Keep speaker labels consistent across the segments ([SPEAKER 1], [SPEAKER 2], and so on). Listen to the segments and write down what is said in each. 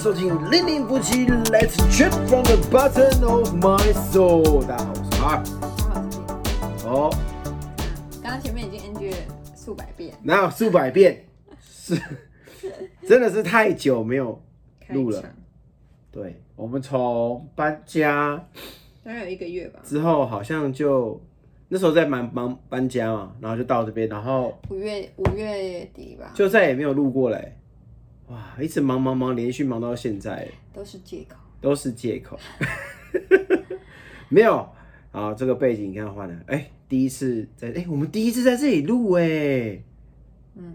[SPEAKER 1] 收听《零零夫妻 Let's Chat from the Bottom of My Soul》。大家好，我是马尔。
[SPEAKER 2] 刚好是这
[SPEAKER 1] 哦，
[SPEAKER 2] 刚刚前面已经 NG 了数百遍，
[SPEAKER 1] 哪有数百遍？是，真的是太久没有。
[SPEAKER 2] 开
[SPEAKER 1] 录了
[SPEAKER 2] 场
[SPEAKER 1] 对，我们从搬家
[SPEAKER 2] 大概有一个月吧，
[SPEAKER 1] 之后，好像就那时候在忙忙搬家嘛，然后就到这边，然后
[SPEAKER 2] 五月五月底吧，
[SPEAKER 1] 就再也没有录过嘞、哇，一直忙忙忙，连续忙到现在、
[SPEAKER 2] 都是借口。
[SPEAKER 1] 都是借口。 没有啊，这个背景你看换了，哎、第一次在哎、我们第一次在这里录哎、
[SPEAKER 2] 嗯，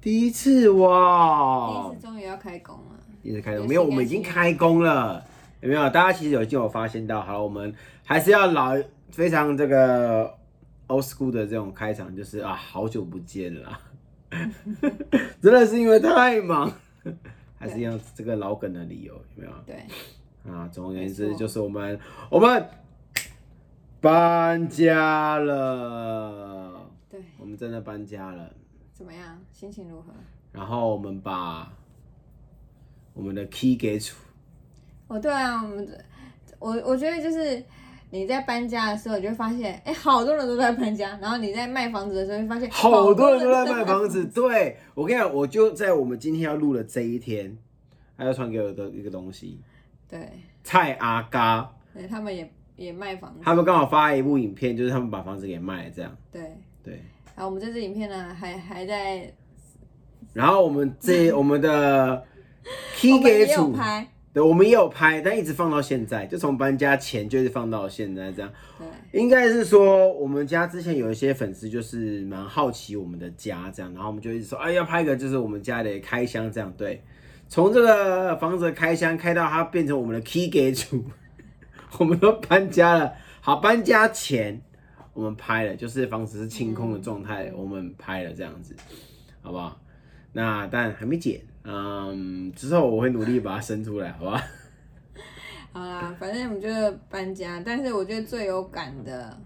[SPEAKER 1] 第一次哇
[SPEAKER 2] 第一，次终于要开工了，
[SPEAKER 1] 一直开
[SPEAKER 2] 有
[SPEAKER 1] 工，
[SPEAKER 2] 新
[SPEAKER 1] 没有，我们已经开工了，有没有？大家其实有已经有发现到，好了，我们还是要老非常这个 old school 的这种开场，就是啊，好久不见了， 真的是因为太忙，还是要这个老梗的理由，有没有？
[SPEAKER 2] 对，
[SPEAKER 1] 啊，总而言之
[SPEAKER 2] 没错
[SPEAKER 1] 就是我们我们搬家了，
[SPEAKER 2] 对，
[SPEAKER 1] 我们真的搬家了。
[SPEAKER 2] 怎么样？心情如何？
[SPEAKER 1] 然后我们把我们的 key 给出，
[SPEAKER 2] 哦，对啊，我们我我觉得就是你在搬家的时候，你就会发现，哎，好多人都在搬家，然后你在卖房子的时候，会发现
[SPEAKER 1] 好多人都在卖
[SPEAKER 2] 卖
[SPEAKER 1] 房 子。对我跟你讲，我就在我们今天要录的这一天，他就传给我的一个东西，
[SPEAKER 2] 对，
[SPEAKER 1] 蔡阿嘎
[SPEAKER 2] 对他们也也卖房子，
[SPEAKER 1] 他们刚好发了一部影片，就是他们把房子给卖了这样。
[SPEAKER 2] 对。
[SPEAKER 1] 对，
[SPEAKER 2] 然后我们这支影片呢，还还在，
[SPEAKER 1] 然后我们这我们的 key
[SPEAKER 2] 我们
[SPEAKER 1] 给
[SPEAKER 2] 也有
[SPEAKER 1] 出。
[SPEAKER 2] 拍，
[SPEAKER 1] 对，我们也有拍，但一直放到现在，就从搬家前就是放到现在这样。
[SPEAKER 2] 对，
[SPEAKER 1] 应该是说，我们家之前有一些粉丝就是蛮好奇我们的家这样，然后我们就一直说，哎，要拍一个就是我们家的开箱这样。对，从这个房子的开箱开到它变成我们的 key 给主， 我们都搬家了。好，搬家前我们拍了，就是房子是清空的状态，我们拍了这样子，好不好？那但还没剪，嗯，之后我会努力把它生出来，好吧？
[SPEAKER 2] 好啦，反正我们就是搬家，但是我觉得最有感的，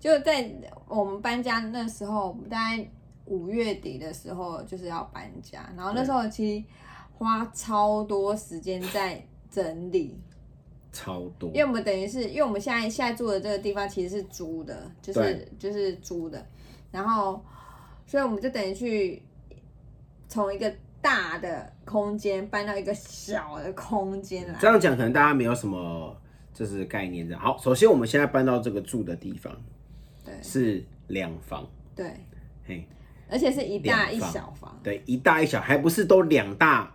[SPEAKER 2] 就在我们搬家那时候，大概五月底的时候就是要搬家，然后那时候其实花超多时间在整理，
[SPEAKER 1] 超多
[SPEAKER 2] 因，为我们等于是因为我们现在现在住的这个地方其实是租的，就是就是租的，然后所以我们就等于去从一个大的空间搬到一个小的空间来
[SPEAKER 1] 这。样讲可能大家没有什么就是概念这样。好，首先我们现在搬到这个住的地方
[SPEAKER 2] 对
[SPEAKER 1] 是两房，
[SPEAKER 2] 对，
[SPEAKER 1] 嘿，
[SPEAKER 2] 而且是一大
[SPEAKER 1] 两
[SPEAKER 2] 一
[SPEAKER 1] 房
[SPEAKER 2] 小房，
[SPEAKER 1] 对，一大一小，还不是都两大，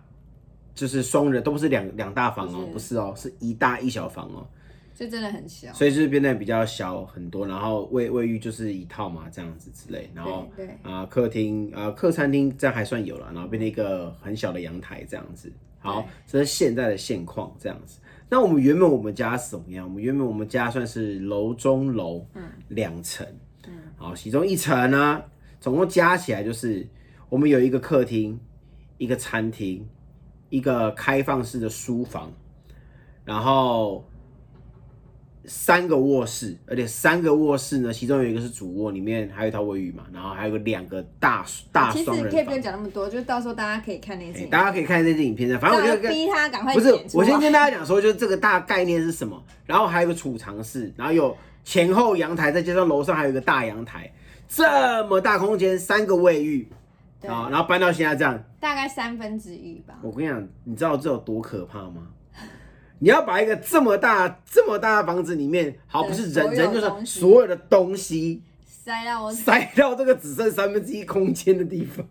[SPEAKER 1] 就是双人，都不是两两大房哦、不
[SPEAKER 2] 不
[SPEAKER 1] 是哦、是一大一小房哦、
[SPEAKER 2] 就真的很小。
[SPEAKER 1] 所以就是变得比较小很多，然后卫卫浴就是一套嘛，这样子之类，然后
[SPEAKER 2] 对对
[SPEAKER 1] 啊、客厅啊、客餐厅这样还算有了，然后变成一个很小的阳台这样子。好，这是现在的现况这样子。那我们原本我们家是怎么样？我们原本我们家算是楼中楼，两层，嗯，好，其中一层呢，总共加起来就是我们有一个客厅，一个餐厅，一个开放式的书房，然后三个卧室，而且三个卧室呢，其中有一个是主卧，里面还有一套卫浴嘛，然后还有个两个大大
[SPEAKER 2] 其实
[SPEAKER 1] 双人
[SPEAKER 2] 可以不
[SPEAKER 1] 房
[SPEAKER 2] 用。讲那么多，就是到时候大家可以看那
[SPEAKER 1] 哎
[SPEAKER 2] 些。
[SPEAKER 1] 大家可以看这支影片的，反正我
[SPEAKER 2] 然
[SPEAKER 1] 就
[SPEAKER 2] 后啊逼他赶快
[SPEAKER 1] 不是
[SPEAKER 2] 剪，出
[SPEAKER 1] 我
[SPEAKER 2] 来
[SPEAKER 1] 先跟大家讲说，就是这个大概念是什么，然后还有一个储藏室，然后有前后阳台，再加上楼上还有一个大阳台，这么大空间，三个卫浴
[SPEAKER 2] 对，
[SPEAKER 1] 啊，然后搬到现在这样，
[SPEAKER 2] 大概三分之一吧。
[SPEAKER 1] 我跟你讲，你知道这有多可怕吗？ 你要把一个这么大、这么大的房子里面，好
[SPEAKER 2] 对
[SPEAKER 1] 不是人
[SPEAKER 2] 所有
[SPEAKER 1] 人就是
[SPEAKER 2] 东西
[SPEAKER 1] 所有的东西
[SPEAKER 2] 塞到我
[SPEAKER 1] 塞到这个只剩三分之一空间的地方，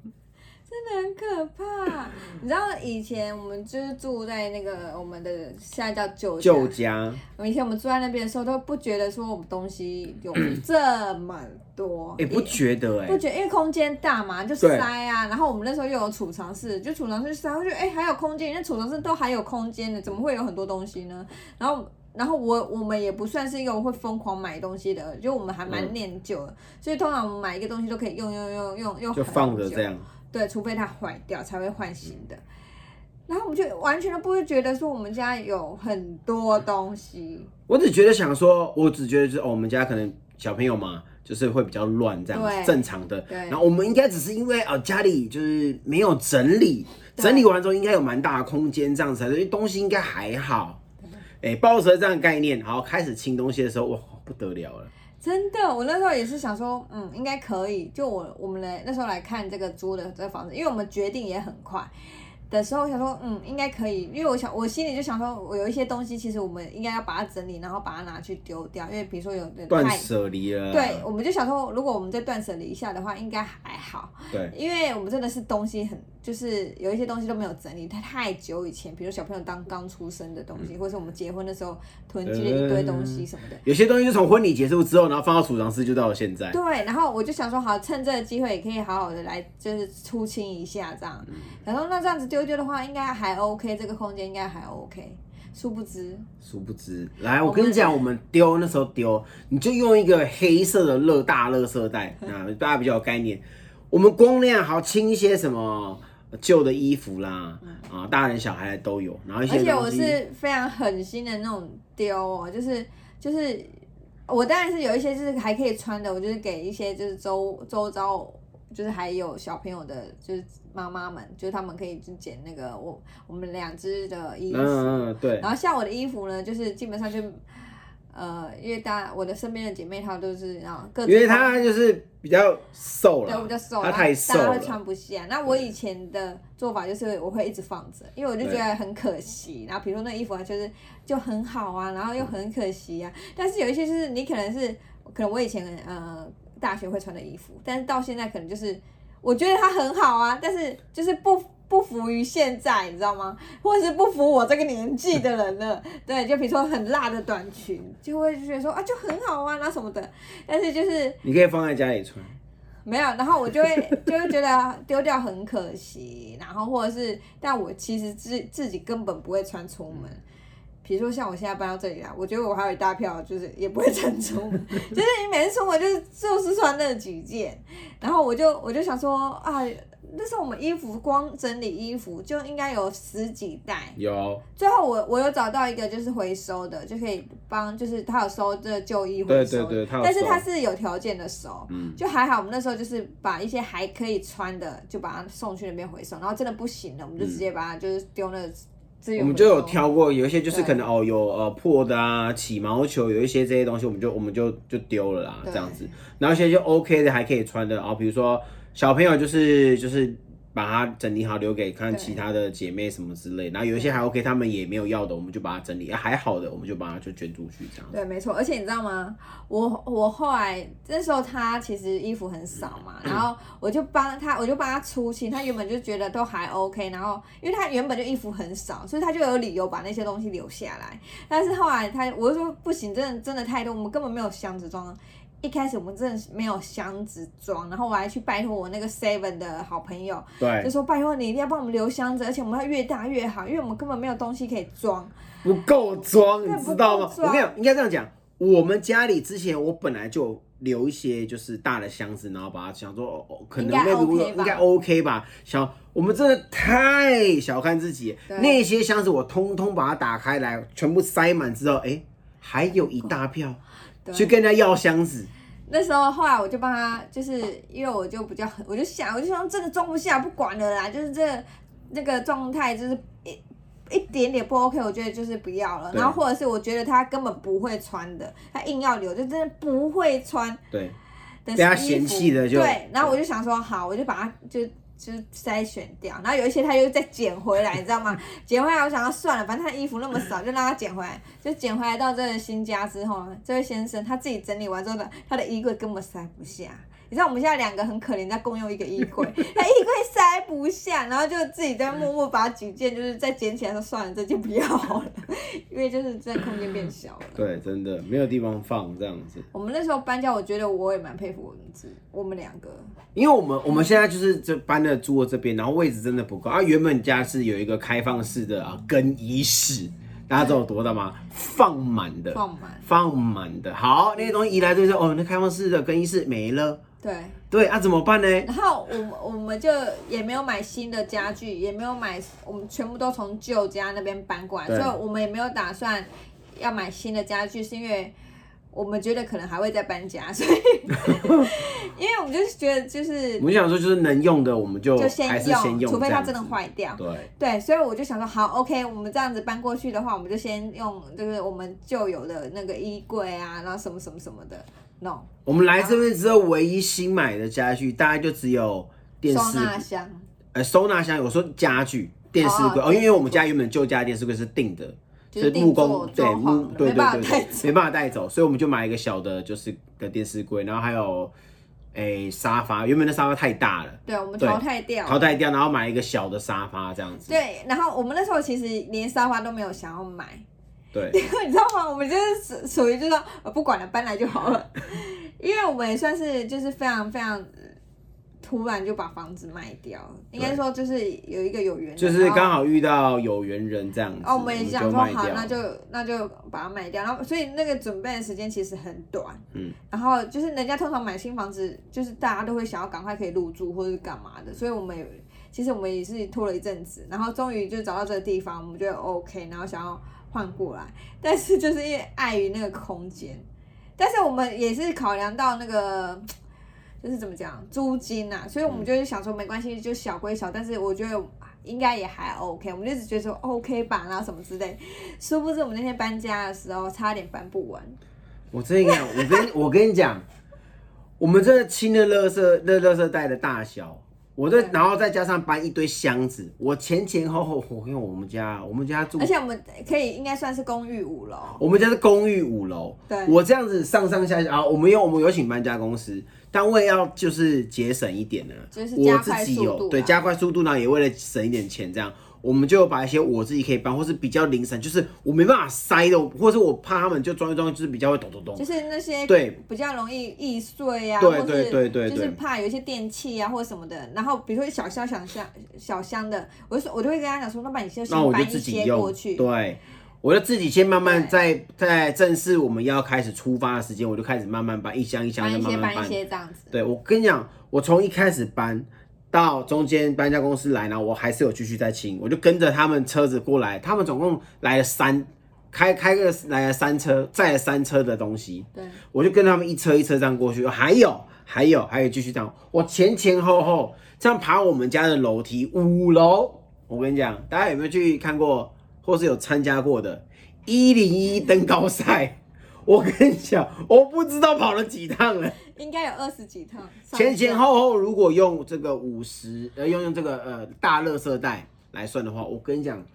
[SPEAKER 2] 真的很可 怕。你知道以前我们就是住在那个我们的现在叫旧家
[SPEAKER 1] 旧家
[SPEAKER 2] 我以前我们住在那边的时候都不觉得说我们东西有这么多，
[SPEAKER 1] 嗯哎、不觉得哎、
[SPEAKER 2] 不觉得，因为空间大嘛，就
[SPEAKER 1] 对
[SPEAKER 2] 塞啊。然后我们那时候又有储藏室，就储藏室塞，我就觉得哎、还有空间，那储藏室都还有空间的，怎么会有很多东西呢？然后。然后我我们也不算是一个会疯狂买东西的，就我们还蛮念旧的，所以通常我们买一个东西都可以用用用用用
[SPEAKER 1] 就
[SPEAKER 2] 很
[SPEAKER 1] 放着
[SPEAKER 2] 久
[SPEAKER 1] 这样。
[SPEAKER 2] 对，除非它坏掉才会换新的。然后我们就完全都不会觉得说我们家有很多东西，
[SPEAKER 1] 我只觉得想说，我只觉得就是、哦、我们家可能小朋友嘛，就是会比较乱这样子
[SPEAKER 2] 对，
[SPEAKER 1] 正常的。
[SPEAKER 2] 对
[SPEAKER 1] 然后我们应该只是因为哦家里就是没有整理，
[SPEAKER 2] 对
[SPEAKER 1] 整理完之后应该有蛮大的空间这样子，所以东西应该还好。哎、抱着这样的概念，好开始清东西的时候，哇，不得了了，
[SPEAKER 2] 真的，我那时候也是想说，嗯，应该可以。就我我们来那时候来看这个租的这个房子，因为我们决定也很快的时候，我想说，嗯，应该可以，因为我想我心里就想说，我有一些东西其实我们应该要把它整理，然后把它拿去丢掉，因为比如说有的
[SPEAKER 1] 断
[SPEAKER 2] 太。
[SPEAKER 1] 舍离了。
[SPEAKER 2] 对，我们就想说，如果我们再断舍离一下的话，应该还好，
[SPEAKER 1] 对
[SPEAKER 2] 因为我们真的是东西很，就是有一些东西都没有整理，它太久以前，比如小朋友当刚出生的东西，
[SPEAKER 1] 嗯
[SPEAKER 2] 或是我们结婚的时候囤积了一堆东西什么的，
[SPEAKER 1] 有些东西就从婚礼结束之后，然后放到储藏室，就到了现在。
[SPEAKER 2] 对，然后我就想说，好，趁这个机会也可以好好的来，就是出清一下
[SPEAKER 1] 嗯
[SPEAKER 2] 这样。然后那这样子丢一丢的话，应该还 OK，这个空间应该还 OK。殊不知，
[SPEAKER 1] 殊不知，来，我跟你讲，我们丢那时候丢，你就用一个黑色的乐大乐色 袋啊，大家比较有概念。我们光那样好清一些什么呃旧的衣服啦，啊，大人小孩都有，然后一
[SPEAKER 2] 嗯而
[SPEAKER 1] 些
[SPEAKER 2] 且我
[SPEAKER 1] 东西，
[SPEAKER 2] 是非常狠心的那种丢哦，就是就是我当然是有一些就是还可以穿的，我就是给一些就是周周遭。就是还有小朋友的，就是妈妈们，就是他们可以去捡那个我我们两只的衣
[SPEAKER 1] 嗯
[SPEAKER 2] 服，
[SPEAKER 1] 嗯，对，
[SPEAKER 2] 然后像我的衣服呢，就是基本上就，呃，因为大我的身边的姐妹她们都是然后各自
[SPEAKER 1] 因为他就是比较瘦
[SPEAKER 2] 对我比较
[SPEAKER 1] 了，
[SPEAKER 2] 瘦，
[SPEAKER 1] 它
[SPEAKER 2] 然后
[SPEAKER 1] 太瘦
[SPEAKER 2] 大家会
[SPEAKER 1] 了
[SPEAKER 2] 穿不下。那我以前的做法就是我会一直放着，因为我就觉得很可惜。然后比如说那衣服啊，就是就很好啊，然后又很可惜啊。但是有一些就是你可能是可能我以前呃大学会穿的衣服，但是到现在可能就是我觉得它很好啊，但是就是不。不服于现在，你知道吗？或者是不服我这个年纪的人了，对，就比如说很辣的短裙，就会觉得说啊，就很好啊，那什么的。但是就是
[SPEAKER 1] 你可以放在家里穿。
[SPEAKER 2] 没有，然后我就会就会觉得丢掉很可惜，然后或者是，但我其实自自己根本不会穿出门。
[SPEAKER 1] 嗯
[SPEAKER 2] 比如说像我现在搬到这里来，我觉得我还有一大票，就是也不会穿出 门，就是你每次出门就是就是穿那几件，然后我就我就想说啊，那时候我们衣服光整理衣服就应该有十几袋，
[SPEAKER 1] 有，
[SPEAKER 2] 最后我我有找到一个就是回收的，就可以帮，就是他有收这旧衣回收
[SPEAKER 1] 对
[SPEAKER 2] 的，
[SPEAKER 1] 对对他有
[SPEAKER 2] 但是
[SPEAKER 1] 收
[SPEAKER 2] 他是有条件的收，
[SPEAKER 1] 嗯
[SPEAKER 2] 就还好我们那时候就是把一些还可以穿的就把它送去那边回收，然后真的不行了，我们就直接把它就是丢那个资源回收
[SPEAKER 1] 嗯我们就有，挑过，有一些就是
[SPEAKER 2] 对
[SPEAKER 1] 可能哦有呃破的啊、起毛球，有一些这些东西，我们就我们就就丢了啦，
[SPEAKER 2] 对
[SPEAKER 1] 这样子。然后一些就 OK 的还可以穿的啊、哦，比如说小朋友就是就是把它整理好留给看
[SPEAKER 2] 对
[SPEAKER 1] 其他的姐妹什么之类。然后有一些还 OK，他们也没有要的，我们就把它整理；啊还好的，我们就把它就捐出去这样子。
[SPEAKER 2] 对，没错。而且你知道吗？我我后来那时候他其实衣服很少嘛，然后我就帮他，我就帮他出清。他原本就觉得都还 OK，然后因为他原本就衣服很少，所以他就有理由把那些东西留下来。但是后来他，我就说不行，真的真的太多，我们根本没有箱子装。一开始我们真的是没有箱子装，然后我还去拜托我那个 Seven 的好朋友，就
[SPEAKER 1] 对，
[SPEAKER 2] 说拜托你一定要帮我们留箱子，而且我们要越大越好，因为我们根本没有东西可以装。
[SPEAKER 1] 不够装，
[SPEAKER 2] 对
[SPEAKER 1] 你知道
[SPEAKER 2] 不
[SPEAKER 1] 吗
[SPEAKER 2] 够？
[SPEAKER 1] 我
[SPEAKER 2] 装
[SPEAKER 1] 跟你讲，应该这样讲，我们家里之前我本来就。留一些就是大的箱子，然后把它想说，哦哦，可能
[SPEAKER 2] 应该
[SPEAKER 1] maybe 我
[SPEAKER 2] OK 吧
[SPEAKER 1] 应该 OK 吧？想我们真的太小看自己，
[SPEAKER 2] 对
[SPEAKER 1] 那些箱子我通通把它打开来，全部塞满之后，哎、还有一大票，
[SPEAKER 2] 对
[SPEAKER 1] 去跟人家要箱子，
[SPEAKER 2] 那时候后来我就帮他，就是因为我就比较狠，我就想，我就想真的装不下，不管了啦，就是这个那个状态就是一一点点不 OK，我觉得就是不要了。
[SPEAKER 1] 对
[SPEAKER 2] 然后或者是我觉得他根本不会穿的，他硬要留，就真的不会穿
[SPEAKER 1] 对，
[SPEAKER 2] 的
[SPEAKER 1] 被他
[SPEAKER 2] 衣服
[SPEAKER 1] 嫌弃的就
[SPEAKER 2] 对。然后我就想说，好，我就把它就。就是筛选掉，然后有一些他又再捡回来，你知道吗？捡回来，我想要算了，反正他衣服那么少，就让他捡回来。就捡回来到这个新家之后，这位先生他自己整理完之后呢，他的衣柜根本塞不下。你知道我们现在两个很可怜，在共用一个衣柜， 他衣柜塞不下，然后就自己在默默把几件就是再捡起来说算了，这件不要了， 因为就是这空间变小了。
[SPEAKER 1] 对，真的没有地方放这样子。
[SPEAKER 2] 我们那时候搬家，我觉得我也蛮佩服我们自我们两个，
[SPEAKER 1] 因为我们我们现在就是这搬了住这边，然后位置真的不够啊。原本家是有一个开放式的啊更衣室，大家知道有多大吗？放满的，
[SPEAKER 2] 放满，
[SPEAKER 1] 放满的。好，那些东西一来就是哦，那开放式的更衣室没了。
[SPEAKER 2] 对。
[SPEAKER 1] 对啊，怎么 办呢？
[SPEAKER 2] 然后我们我们就也没有买新的家具，也没有买，我们全部都从旧家那边搬过来，所
[SPEAKER 1] 对
[SPEAKER 2] 以我们也没有打算要买新的家具，是因为。我们觉得可能还会再搬家，所以因为我们就是觉得就是
[SPEAKER 1] 我们想说就是能用的我们就
[SPEAKER 2] 就
[SPEAKER 1] 还
[SPEAKER 2] 先
[SPEAKER 1] 是先用，
[SPEAKER 2] 除非它
[SPEAKER 1] 这
[SPEAKER 2] 真的
[SPEAKER 1] 样子。
[SPEAKER 2] 坏掉。
[SPEAKER 1] 对，
[SPEAKER 2] 对，所以我就想说，好，OK，我们这样子搬过去的话，我们就先用就是我们旧有的那个衣柜啊，然后什么什么什么的，no，
[SPEAKER 1] 我们来这边之后，唯一新买的家具大概就只有电
[SPEAKER 2] 收
[SPEAKER 1] 视，
[SPEAKER 2] 纳箱，
[SPEAKER 1] 呃，收纳箱。我说家具、电视柜
[SPEAKER 2] 哦
[SPEAKER 1] 哦，因为我们家原本旧家电视柜是定的，
[SPEAKER 2] 就是
[SPEAKER 1] 木
[SPEAKER 2] 定
[SPEAKER 1] 工
[SPEAKER 2] 做
[SPEAKER 1] 对
[SPEAKER 2] 装
[SPEAKER 1] 木
[SPEAKER 2] 潢的，
[SPEAKER 1] 对
[SPEAKER 2] 没
[SPEAKER 1] 对
[SPEAKER 2] 办法
[SPEAKER 1] 对
[SPEAKER 2] 带
[SPEAKER 1] 对，
[SPEAKER 2] 走。
[SPEAKER 1] 没办法带走，所以我们就买一个小的，就是个电视柜，然后还有诶、沙发，原本的沙发太大了，
[SPEAKER 2] 对，我们
[SPEAKER 1] 对
[SPEAKER 2] 淘汰掉。
[SPEAKER 1] 淘汰掉，然后买一个小的沙发这样子。
[SPEAKER 2] 对，然后我们那时候其实连沙发都没有想要买，
[SPEAKER 1] 对
[SPEAKER 2] 因为你知道吗？我们就是属属于就是说呃不管了，搬来就好了。 因为我们也算是就是非常非常呃突然就把房子卖掉，应该
[SPEAKER 1] 对
[SPEAKER 2] 说就是有一个有缘人，
[SPEAKER 1] 就是
[SPEAKER 2] 然后
[SPEAKER 1] 刚好遇到有缘人这样子，
[SPEAKER 2] 哦，我们也
[SPEAKER 1] 们
[SPEAKER 2] 想
[SPEAKER 1] 就
[SPEAKER 2] 说
[SPEAKER 1] 卖
[SPEAKER 2] 好，那
[SPEAKER 1] 掉。
[SPEAKER 2] 就那就把它卖掉，然后所以那个准备的时间其实很短，
[SPEAKER 1] 嗯，
[SPEAKER 2] 然后就是人家通常买新房子，就是大家都会想要赶快可以入住或者是干嘛的，所以我们也其实我们也是拖了一阵子，然后终于就找到这个地方，我们觉得 OK，然后想要换过来，但是就是因为碍于那个空间，但是我们也是考量到那个。就是怎么讲租金呐、所以我
[SPEAKER 1] 嗯
[SPEAKER 2] 们就是想说没关系，就小归小，但是我觉得应该也还 OK，我们就只觉得说 OK 吧，然后什么之类。殊不知我们那天搬家的时候，差点搬不完。
[SPEAKER 1] 我真的跟你讲，我跟我跟你讲，我们这轻的垃圾那垃圾袋的大小，我这
[SPEAKER 2] 对
[SPEAKER 1] 然后再加上搬一堆箱子，我前前后后，我跟我们家，我们家住
[SPEAKER 2] 而，且我们可以应该算是公寓五楼，
[SPEAKER 1] 我们家是公寓五楼，
[SPEAKER 2] 对
[SPEAKER 1] 我这样子上上下下啊，我们有我们有请搬家公司，但为要就是节省一点呢，
[SPEAKER 2] 就是
[SPEAKER 1] 我
[SPEAKER 2] 加
[SPEAKER 1] 自
[SPEAKER 2] 快
[SPEAKER 1] 己
[SPEAKER 2] 速度啊
[SPEAKER 1] 有对
[SPEAKER 2] 啦
[SPEAKER 1] 加快速度呢，也为了省一点钱，这样我们就把一些我自己可以搬，或是比较零散，就是我没办法塞的，或是我怕他们就装一装，就是比较会咚咚咚
[SPEAKER 2] 就。是那些
[SPEAKER 1] 对
[SPEAKER 2] 比较容易易碎呀、啊，
[SPEAKER 1] 对
[SPEAKER 2] 或是
[SPEAKER 1] 对对对
[SPEAKER 2] 就是
[SPEAKER 1] 对
[SPEAKER 2] 怕有一些电器啊或什么的。然后比如说小箱小箱小箱的，我就说我就会跟他讲说，那把你先
[SPEAKER 1] 那
[SPEAKER 2] 先
[SPEAKER 1] 我就
[SPEAKER 2] 搬
[SPEAKER 1] 自
[SPEAKER 2] 一
[SPEAKER 1] 己
[SPEAKER 2] 些
[SPEAKER 1] 用
[SPEAKER 2] 过去，
[SPEAKER 1] 对，我就自己先慢慢
[SPEAKER 2] 对
[SPEAKER 1] 在在正式我们要开始出发的时间，我就开始慢慢搬一箱一箱
[SPEAKER 2] 搬
[SPEAKER 1] 的
[SPEAKER 2] 一
[SPEAKER 1] 慢
[SPEAKER 2] 些
[SPEAKER 1] 慢
[SPEAKER 2] 搬一些这样子。
[SPEAKER 1] 对我跟你讲，我从一开始搬到中间搬家公司来，然后我还是有继续在清，我就跟着他们车子过来，他们总共来了三。开开个来了三车，载了三车的东西，
[SPEAKER 2] 对，
[SPEAKER 1] 我就跟他们一车一车这样过去。还有还有还有继续这样，我前前后后这样爬我们家的楼梯五楼。我跟你讲，大家有没有去看过，或是有参加过的一零一登高赛？我跟你讲，我不知道跑了几趟了。
[SPEAKER 2] 应该有二十几趟。
[SPEAKER 1] 前前后后，如果用这个五十，呃，用用这个呃大垃圾袋来算的话，我跟你讲，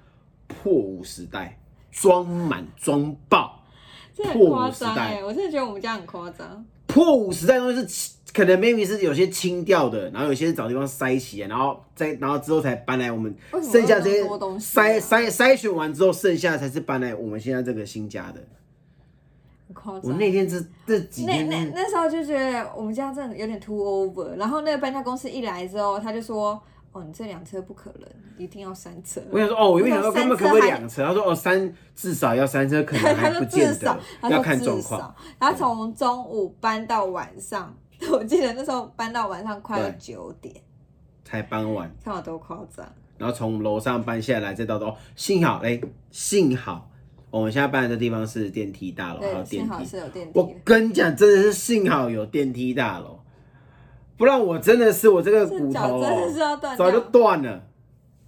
[SPEAKER 1] 破五十袋，装满装爆，
[SPEAKER 2] 这很
[SPEAKER 1] 破
[SPEAKER 2] 夸
[SPEAKER 1] 50
[SPEAKER 2] 张
[SPEAKER 1] 代
[SPEAKER 2] 哎，我真的觉得我们家很夸张。
[SPEAKER 1] 破五十袋东西是清可能 maybe 是有些清掉的，然后有些是找地方塞起来，然后再然后之后才搬来我们
[SPEAKER 2] 为什么
[SPEAKER 1] 剩下这
[SPEAKER 2] 那么多
[SPEAKER 1] 些
[SPEAKER 2] 东西啊
[SPEAKER 1] 筛筛筛选完之后，剩下才是搬来我们现在这个新家的。
[SPEAKER 2] 很夸
[SPEAKER 1] 我
[SPEAKER 2] 张。
[SPEAKER 1] 那天这这几
[SPEAKER 2] 那
[SPEAKER 1] 天
[SPEAKER 2] 啊那那时候就觉得我们家真的有点 too over，然后那个搬家公司一来之后，他就说：“哦，你这辆车不可能，一定要三车。
[SPEAKER 1] 我想说，哦，我原本想说
[SPEAKER 2] 那
[SPEAKER 1] 他
[SPEAKER 2] 种
[SPEAKER 1] 们
[SPEAKER 2] 三
[SPEAKER 1] 可不可以
[SPEAKER 2] 车还
[SPEAKER 1] 两车？他说，哦，三至少要三车，可”能
[SPEAKER 2] 他
[SPEAKER 1] 还
[SPEAKER 2] 说
[SPEAKER 1] 不
[SPEAKER 2] 至
[SPEAKER 1] 见
[SPEAKER 2] 少
[SPEAKER 1] 得，，
[SPEAKER 2] 他
[SPEAKER 1] 要
[SPEAKER 2] 说
[SPEAKER 1] 看状
[SPEAKER 2] 至
[SPEAKER 1] 况。嗯
[SPEAKER 2] 少，他从中午搬到晚上， 我记得那时候搬到晚上快要
[SPEAKER 1] 对
[SPEAKER 2] 九点，
[SPEAKER 1] 才搬完，
[SPEAKER 2] 看我多夸张。
[SPEAKER 1] 然后从楼上搬下来，再到哦，幸好哎、幸好哦我们现在搬的这地方是电梯大楼，还有
[SPEAKER 2] 对，
[SPEAKER 1] 哦电
[SPEAKER 2] 幸好
[SPEAKER 1] 梯。
[SPEAKER 2] 是有电梯
[SPEAKER 1] 我
[SPEAKER 2] 的，
[SPEAKER 1] 跟你讲，真的是幸好有电梯大楼，不然我真的是我这个
[SPEAKER 2] 这
[SPEAKER 1] 骨头
[SPEAKER 2] 脚
[SPEAKER 1] 哦、
[SPEAKER 2] 真的是要断
[SPEAKER 1] 早就
[SPEAKER 2] 掉。
[SPEAKER 1] 断了。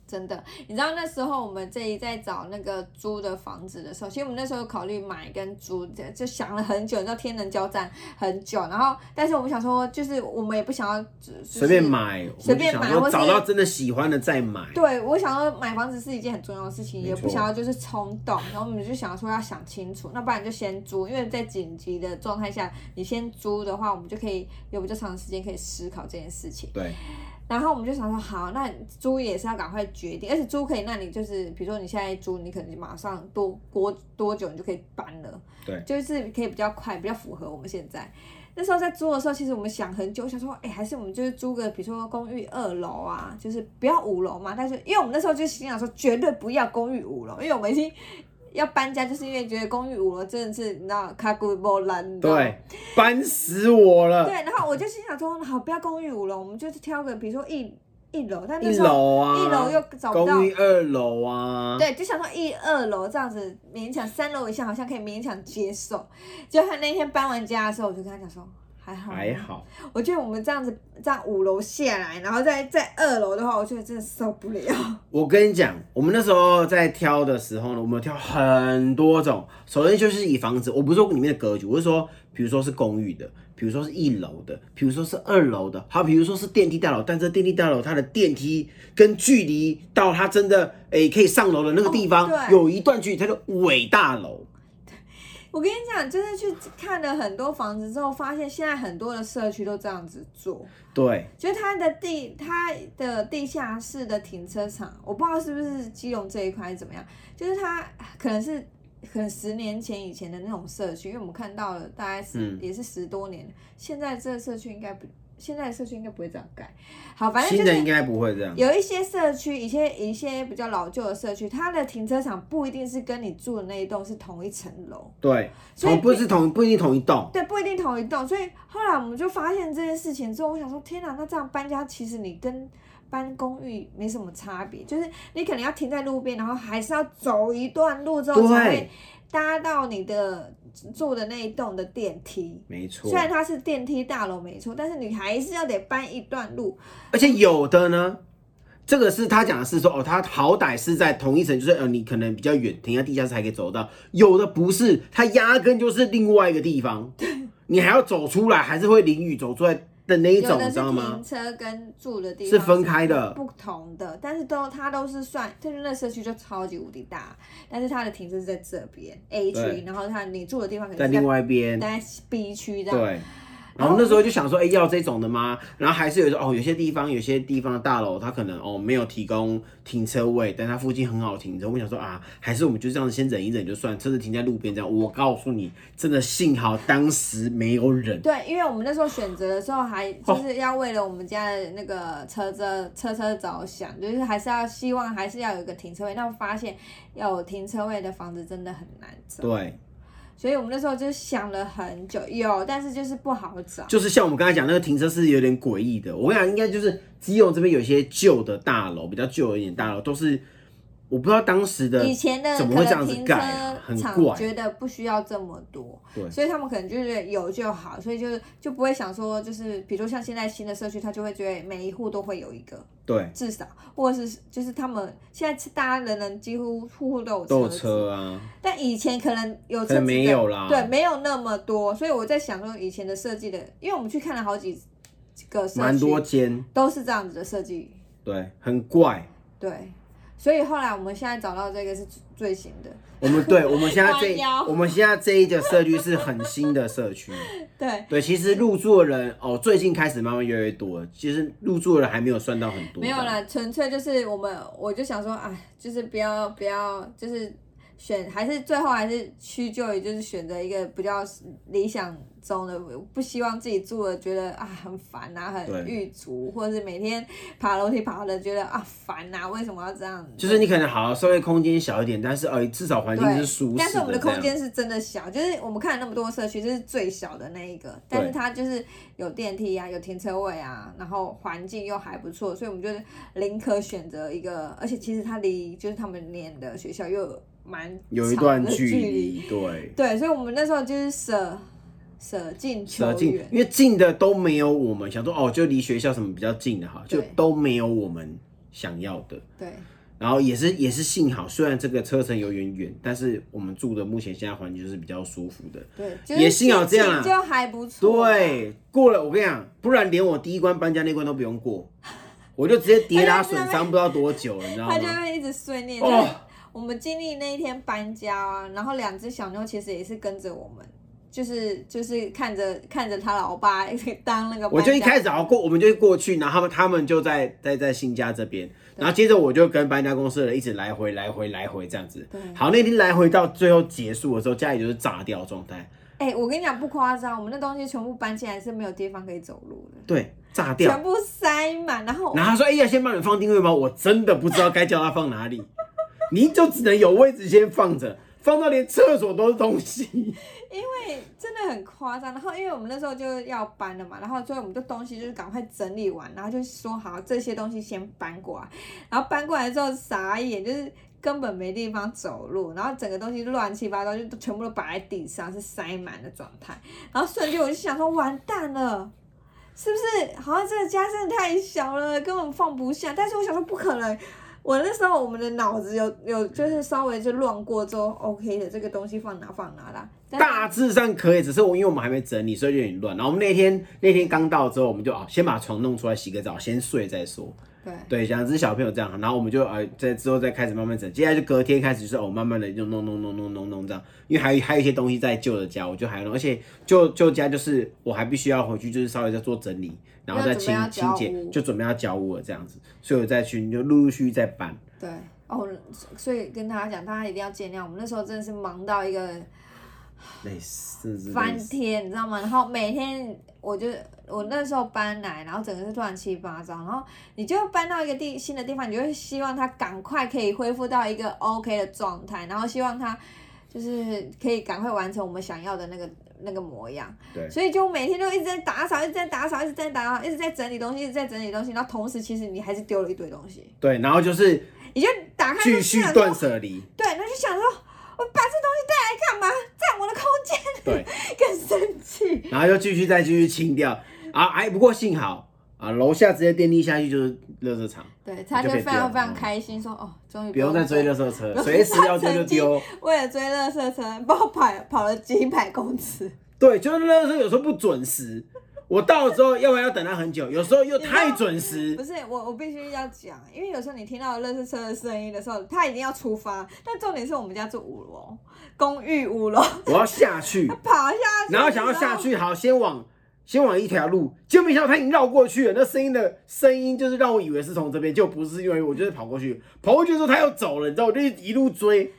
[SPEAKER 2] 真的，你知道那时候我们这一在找那个租的房子的时候，其实我们那时候有考虑买跟租，就就想了很久，你知道天人交战很久，然后但是我们想说，就是我们也不想要就是
[SPEAKER 1] 随便。买，
[SPEAKER 2] 随便买
[SPEAKER 1] 我们就想说
[SPEAKER 2] 或是
[SPEAKER 1] 找到真的喜欢的再买。
[SPEAKER 2] 对，我想要买房子是一件很重要的事情，
[SPEAKER 1] 没
[SPEAKER 2] 也不
[SPEAKER 1] 错
[SPEAKER 2] 想要就是冲动，然后我们就想说要想清楚，那不然就先租，因为在紧急的状态下，你先租的话，我们就可以有比较长的时间可以思考这件事情。
[SPEAKER 1] 对
[SPEAKER 2] 然后我们就想说，好，那租也是要赶快决定，而且租可以，那你就是比如说你现在租，你可能马上多多多久你就可以搬了，
[SPEAKER 1] 对
[SPEAKER 2] 就是可以比较快，比较符合我们现在。那时候在租的时候，其实我们想很久，想说，哎、还是我们就是租个，比如说公寓二楼啊，就是不要五楼嘛。但是因为我们那时候就心想说，绝对不要公寓五楼，因为我们已经要搬家，就是因为觉得公寓五楼真的是你知道卡古波兰，你知道吗
[SPEAKER 1] 对，搬死我了。呃
[SPEAKER 2] 对，然后我就心想说，好，不要公寓五楼，我们就是挑个，比如说一一楼，但那
[SPEAKER 1] 一
[SPEAKER 2] 时候
[SPEAKER 1] 楼啊，
[SPEAKER 2] 一楼又找不到
[SPEAKER 1] 公。寓二楼啊，
[SPEAKER 2] 对，就想说一二楼这样子勉强，三楼以下好像可以勉强接受。就他那天搬完家的时候，我就跟他讲说，还好，
[SPEAKER 1] 还。好，
[SPEAKER 2] 我觉得我们这样子，这样五楼下来，然后再在二楼的话，我觉得真的受不了。
[SPEAKER 1] 我跟你讲，我们那时候在挑的时候呢，我们有挑很多种。首先就是以房子，我不是说里面的格局，我是说，比如说是公寓的，比如说是一楼的，比如说是二楼的，好，比如说是电梯大楼，但这电梯大楼它的电梯跟距离到它真的诶、可以上楼的那个地方、
[SPEAKER 2] 哦对
[SPEAKER 1] 有一段距离，它叫伟大楼。
[SPEAKER 2] 我跟你讲，就是去看了很多房子之后，发现现在很多的社区都这样子做，
[SPEAKER 1] 对，
[SPEAKER 2] 就是它的地它的地下室的停车场，我不知道是不是基隆这一块是怎么样，就是它可能是可能十年前以前的那种社区，因为我们看到了大概是、
[SPEAKER 1] 嗯
[SPEAKER 2] 也是十多年，现在这个社区应该不，现在的社区应该不会这样盖。好，反正就
[SPEAKER 1] 新的
[SPEAKER 2] 是
[SPEAKER 1] 应该不会这样。
[SPEAKER 2] 有一些社区，一些一些比较老旧的社区，它的停车场不一定是跟你住的那一栋是同一层楼，
[SPEAKER 1] 对，
[SPEAKER 2] 所以
[SPEAKER 1] 同不是同不一定同一栋。
[SPEAKER 2] 对，不一定同一栋。所以后来我们就发现这件事情之后，我想说，天哪，那这样搬家其实你跟搬公寓没什么差别，就是你可能要停在路边，然后还是要走一段路之后才
[SPEAKER 1] 对
[SPEAKER 2] 会，搭到你的住的那一栋的电梯。
[SPEAKER 1] 没错
[SPEAKER 2] 虽。然它是电梯大楼没错，但是你还是要得搬一段路。
[SPEAKER 1] 而且有的呢，这个是他讲的是说，哦，他好歹是在同一层，就是呃，你可能比较远，停在地下室还可以走到；有的不是，他压根就是另外一个地方，你还要走出来，还是会淋雨走出来的那一
[SPEAKER 2] 有
[SPEAKER 1] 种，你
[SPEAKER 2] 的
[SPEAKER 1] 知
[SPEAKER 2] 是
[SPEAKER 1] 道
[SPEAKER 2] 停
[SPEAKER 1] 吗？
[SPEAKER 2] 车跟住的地方
[SPEAKER 1] 是分开的
[SPEAKER 2] 不同的，但是都它都是算，就是那社区就超级无敌大，但是它的停车是在这边 A
[SPEAKER 1] 对
[SPEAKER 2] 区，然后它你住的地方可能
[SPEAKER 1] 在
[SPEAKER 2] 是在
[SPEAKER 1] 另外一边，
[SPEAKER 2] 待 B 区这样。哦
[SPEAKER 1] 对。然后那时候就想说，哎、要这种的吗？然后还是有说，哦，有些地方，有些地方的大楼，它可能哦没有提供停车位，但它附近很好停车。我想说啊，还是我们就这样先忍一忍就算，车子停在路边这样。我告诉你，真的幸好当时没有忍。
[SPEAKER 2] 对，因为我们那时候选择的时候，还
[SPEAKER 1] 哦
[SPEAKER 2] 就是要为了我们家的那个车车车车着想，就是还是要希望还是要有一个停车位。那我发现有停车位的房子真的很难找，
[SPEAKER 1] 对，
[SPEAKER 2] 所以我们那时候就想了很久，有，但是就是不好找。
[SPEAKER 1] 就是像我们刚才讲那个停车是有点诡异的。我跟你讲，应该就是基隆这边有些旧的大楼，比较旧一点的大楼都是，我不知道当时的
[SPEAKER 2] 以前的
[SPEAKER 1] 怎么
[SPEAKER 2] 可
[SPEAKER 1] 会这
[SPEAKER 2] 能
[SPEAKER 1] 样子
[SPEAKER 2] 停车
[SPEAKER 1] 盖啊很怪
[SPEAKER 2] 场觉得不需要这么多
[SPEAKER 1] 对，
[SPEAKER 2] 所以他们可能就是有就好，所以就是就不会想说就是，比如说像现在新的社区，他就会觉得每一户都会有一个
[SPEAKER 1] 对
[SPEAKER 2] 至少，或者是就是他们现在大家人人几乎户户都有
[SPEAKER 1] 都有
[SPEAKER 2] 子
[SPEAKER 1] 车啊，
[SPEAKER 2] 但以前可能有车
[SPEAKER 1] 可
[SPEAKER 2] 子的
[SPEAKER 1] 能没有啦。
[SPEAKER 2] 对，没有那么多，所以我在想说以前的设计的，因为我们去看了好几个社
[SPEAKER 1] 蛮
[SPEAKER 2] 区，
[SPEAKER 1] 多间，
[SPEAKER 2] 都是这样子的设计，
[SPEAKER 1] 对，很怪。
[SPEAKER 2] 对，所以后来我们现在找到这个是最最新的。
[SPEAKER 1] 我们对我们现在
[SPEAKER 2] 弯
[SPEAKER 1] 这
[SPEAKER 2] 腰
[SPEAKER 1] 我们现在这一个社区是很新的社 区，
[SPEAKER 2] 对，
[SPEAKER 1] 对，其实入住的人哦，最近开始慢慢越来越多了，其实入住的人还没有算到很多，
[SPEAKER 2] 没有，啦，纯粹就是我们，我就想说，哎，就是不要不要，就是选，还是最后还是屈就于就是选择一个比较理想中的，不希望自己住的觉得啊很烦啊，
[SPEAKER 1] 对
[SPEAKER 2] 很郁卒，或者是每天爬楼梯爬的觉得啊烦啊，为什么要这样？
[SPEAKER 1] 就是你可能好稍微空间小一点，但是呃至少环境是舒适
[SPEAKER 2] 对，但是我们的
[SPEAKER 1] 这样
[SPEAKER 2] 空间是真的小，就是我们看了那么多社区，这是最小的那一个，但是它就是有电梯啊，有停车位啊，然后环境又还不错，所以我们就是宁可选择一个，而且其实它离就是他们念的学校又有蛮
[SPEAKER 1] 有一
[SPEAKER 2] 长
[SPEAKER 1] 段
[SPEAKER 2] 的
[SPEAKER 1] 距
[SPEAKER 2] 距
[SPEAKER 1] 离，对，
[SPEAKER 2] 对，所以我们那时候就是舍舍近求
[SPEAKER 1] 舍近
[SPEAKER 2] 远，，
[SPEAKER 1] 因为近的都没有我们想说哦，就离学校什么比较近的哈，就
[SPEAKER 2] 对
[SPEAKER 1] 都没有我们想要的。
[SPEAKER 2] 对
[SPEAKER 1] 然后也是也是幸好，虽然这个车程有点远，但是我们住的目前现在环境就是比较舒服的。
[SPEAKER 2] 对，
[SPEAKER 1] 也
[SPEAKER 2] 就是
[SPEAKER 1] 幸好这样啊
[SPEAKER 2] 心情就还不错，，
[SPEAKER 1] 对，过了我跟你讲，不然连我第一关搬家那关都不用过， 我就直接跌打损伤不知道多久了，你知道
[SPEAKER 2] 他就
[SPEAKER 1] 吗？
[SPEAKER 2] 会一直碎念。
[SPEAKER 1] 哦
[SPEAKER 2] 我们经历那一天搬家、啊，然后两只小妞其实也是跟着我们，就是就是看着看着他老爸 当那个搬家。
[SPEAKER 1] 我就一开始啊好像过，我们就过去，然后他们他们就在在在新家这边，然后接着我就跟搬家公司的人一直来回来回来回这样子
[SPEAKER 2] 对。
[SPEAKER 1] 好，那天来回到最后结束的时候，家里就是炸掉的状态，
[SPEAKER 2] 哎、我跟你讲不夸张，我们那东西全部搬进来是没有地方可以走路的，
[SPEAKER 1] 对，炸掉
[SPEAKER 2] 全。部塞满，然后
[SPEAKER 1] 然后他说：“哎、呀，先帮你 放定位吗？我真的不知道该叫他放哪里，你就只能有位置先放着。”放到连厕所都是东西，
[SPEAKER 2] 对，真的很夸张。然后因为我们那时候就要搬了嘛，然后所以我们的东西就是赶快整理完，然后就说好这些东西先搬过来，然后搬过来之后傻眼，就是根本没地方走路，然后整个东西乱七八糟，就都全部都摆在地上，是塞满的状态。然后瞬间我就想说，完蛋了。是不是好像这个家真的太小了，根本放不下？但是我想说不可能，我那时候我们的脑子有有就是稍微就乱过之后，OK 的，这个东西放哪放哪啦。但是
[SPEAKER 1] 大致上可以，只是我因为我们还没整理，所以就有点乱。然后我们那天那天刚到之后，我们就啊先把床弄出来洗个澡，先睡再说。
[SPEAKER 2] 对，
[SPEAKER 1] 对，两只小朋友这样，然后我们就呃，在之后再开始慢慢整，接下来就隔天开始就是哦，慢慢的就弄弄弄弄弄弄这样，因为还有还有一些东西在旧的家，我就还要弄，而且旧旧家就是我还必须要回去，就是稍微再做整理，然后再清
[SPEAKER 2] 要准备
[SPEAKER 1] 清
[SPEAKER 2] 要交
[SPEAKER 1] 洁
[SPEAKER 2] 屋，
[SPEAKER 1] 就准备要交屋了这样子，所以我再去就陆陆续续再搬，
[SPEAKER 2] 对哦，所以跟大家讲，大家一定要见谅。我们那时候真的是忙到一个
[SPEAKER 1] 累死，真的是
[SPEAKER 2] 翻
[SPEAKER 1] 累死
[SPEAKER 2] 天，你知道吗？然后每天我就我那时候搬来，然后整个是乱七八糟，然后你就搬到一个地新的地方，你就会希望它赶快可以恢复到一个 OK 的状态，然后希望它就是可以赶快完成我们想要的那个那个模样。
[SPEAKER 1] 对
[SPEAKER 2] 所以就每天都一直在打扫，一直在打扫，一直在打扫，一直在整理东西，一直在整理东西，然后同时其实你还是丢了一堆东西，
[SPEAKER 1] 对，然后就是
[SPEAKER 2] 你就打开
[SPEAKER 1] 继
[SPEAKER 2] 就
[SPEAKER 1] 续
[SPEAKER 2] 想说
[SPEAKER 1] 断舍离，
[SPEAKER 2] 对，那就想说，我把这东西带来干嘛？占我的空间，
[SPEAKER 1] 对，
[SPEAKER 2] 更生气。
[SPEAKER 1] 然后就继续再继续清掉啊，哎，不过幸好啊，楼下直接电梯下去就是垃圾场，
[SPEAKER 2] 对，他就
[SPEAKER 1] 就可以
[SPEAKER 2] 非常
[SPEAKER 1] 丢
[SPEAKER 2] 非常开心，说哦，终于
[SPEAKER 1] 嗯不用再追
[SPEAKER 2] 了。
[SPEAKER 1] 垃圾车，
[SPEAKER 2] 不
[SPEAKER 1] 随时要丢
[SPEAKER 2] 他
[SPEAKER 1] 就
[SPEAKER 2] 曾经
[SPEAKER 1] 丢。
[SPEAKER 2] 为了追乐色车，帮我跑跑了几百公尺，
[SPEAKER 1] 对，就是那时候有时候不准时，我到了之后，要不然要等他很久，有时候又太准时
[SPEAKER 2] 不。是我，我必须要讲，因为有时候你听到乐色车的声音的时候，他已经要出发，但重点是我们家住五楼，公寓五楼，
[SPEAKER 1] 我要下去，
[SPEAKER 2] 跑下去，
[SPEAKER 1] 然后想要下，去，好，先往先往一条路，结果没想到他已经绕过去了。那声音的声音就是让我以为是从这边，就不是，因为我就是跑过去，跑过去之后他又走了，你知道，我就一路追。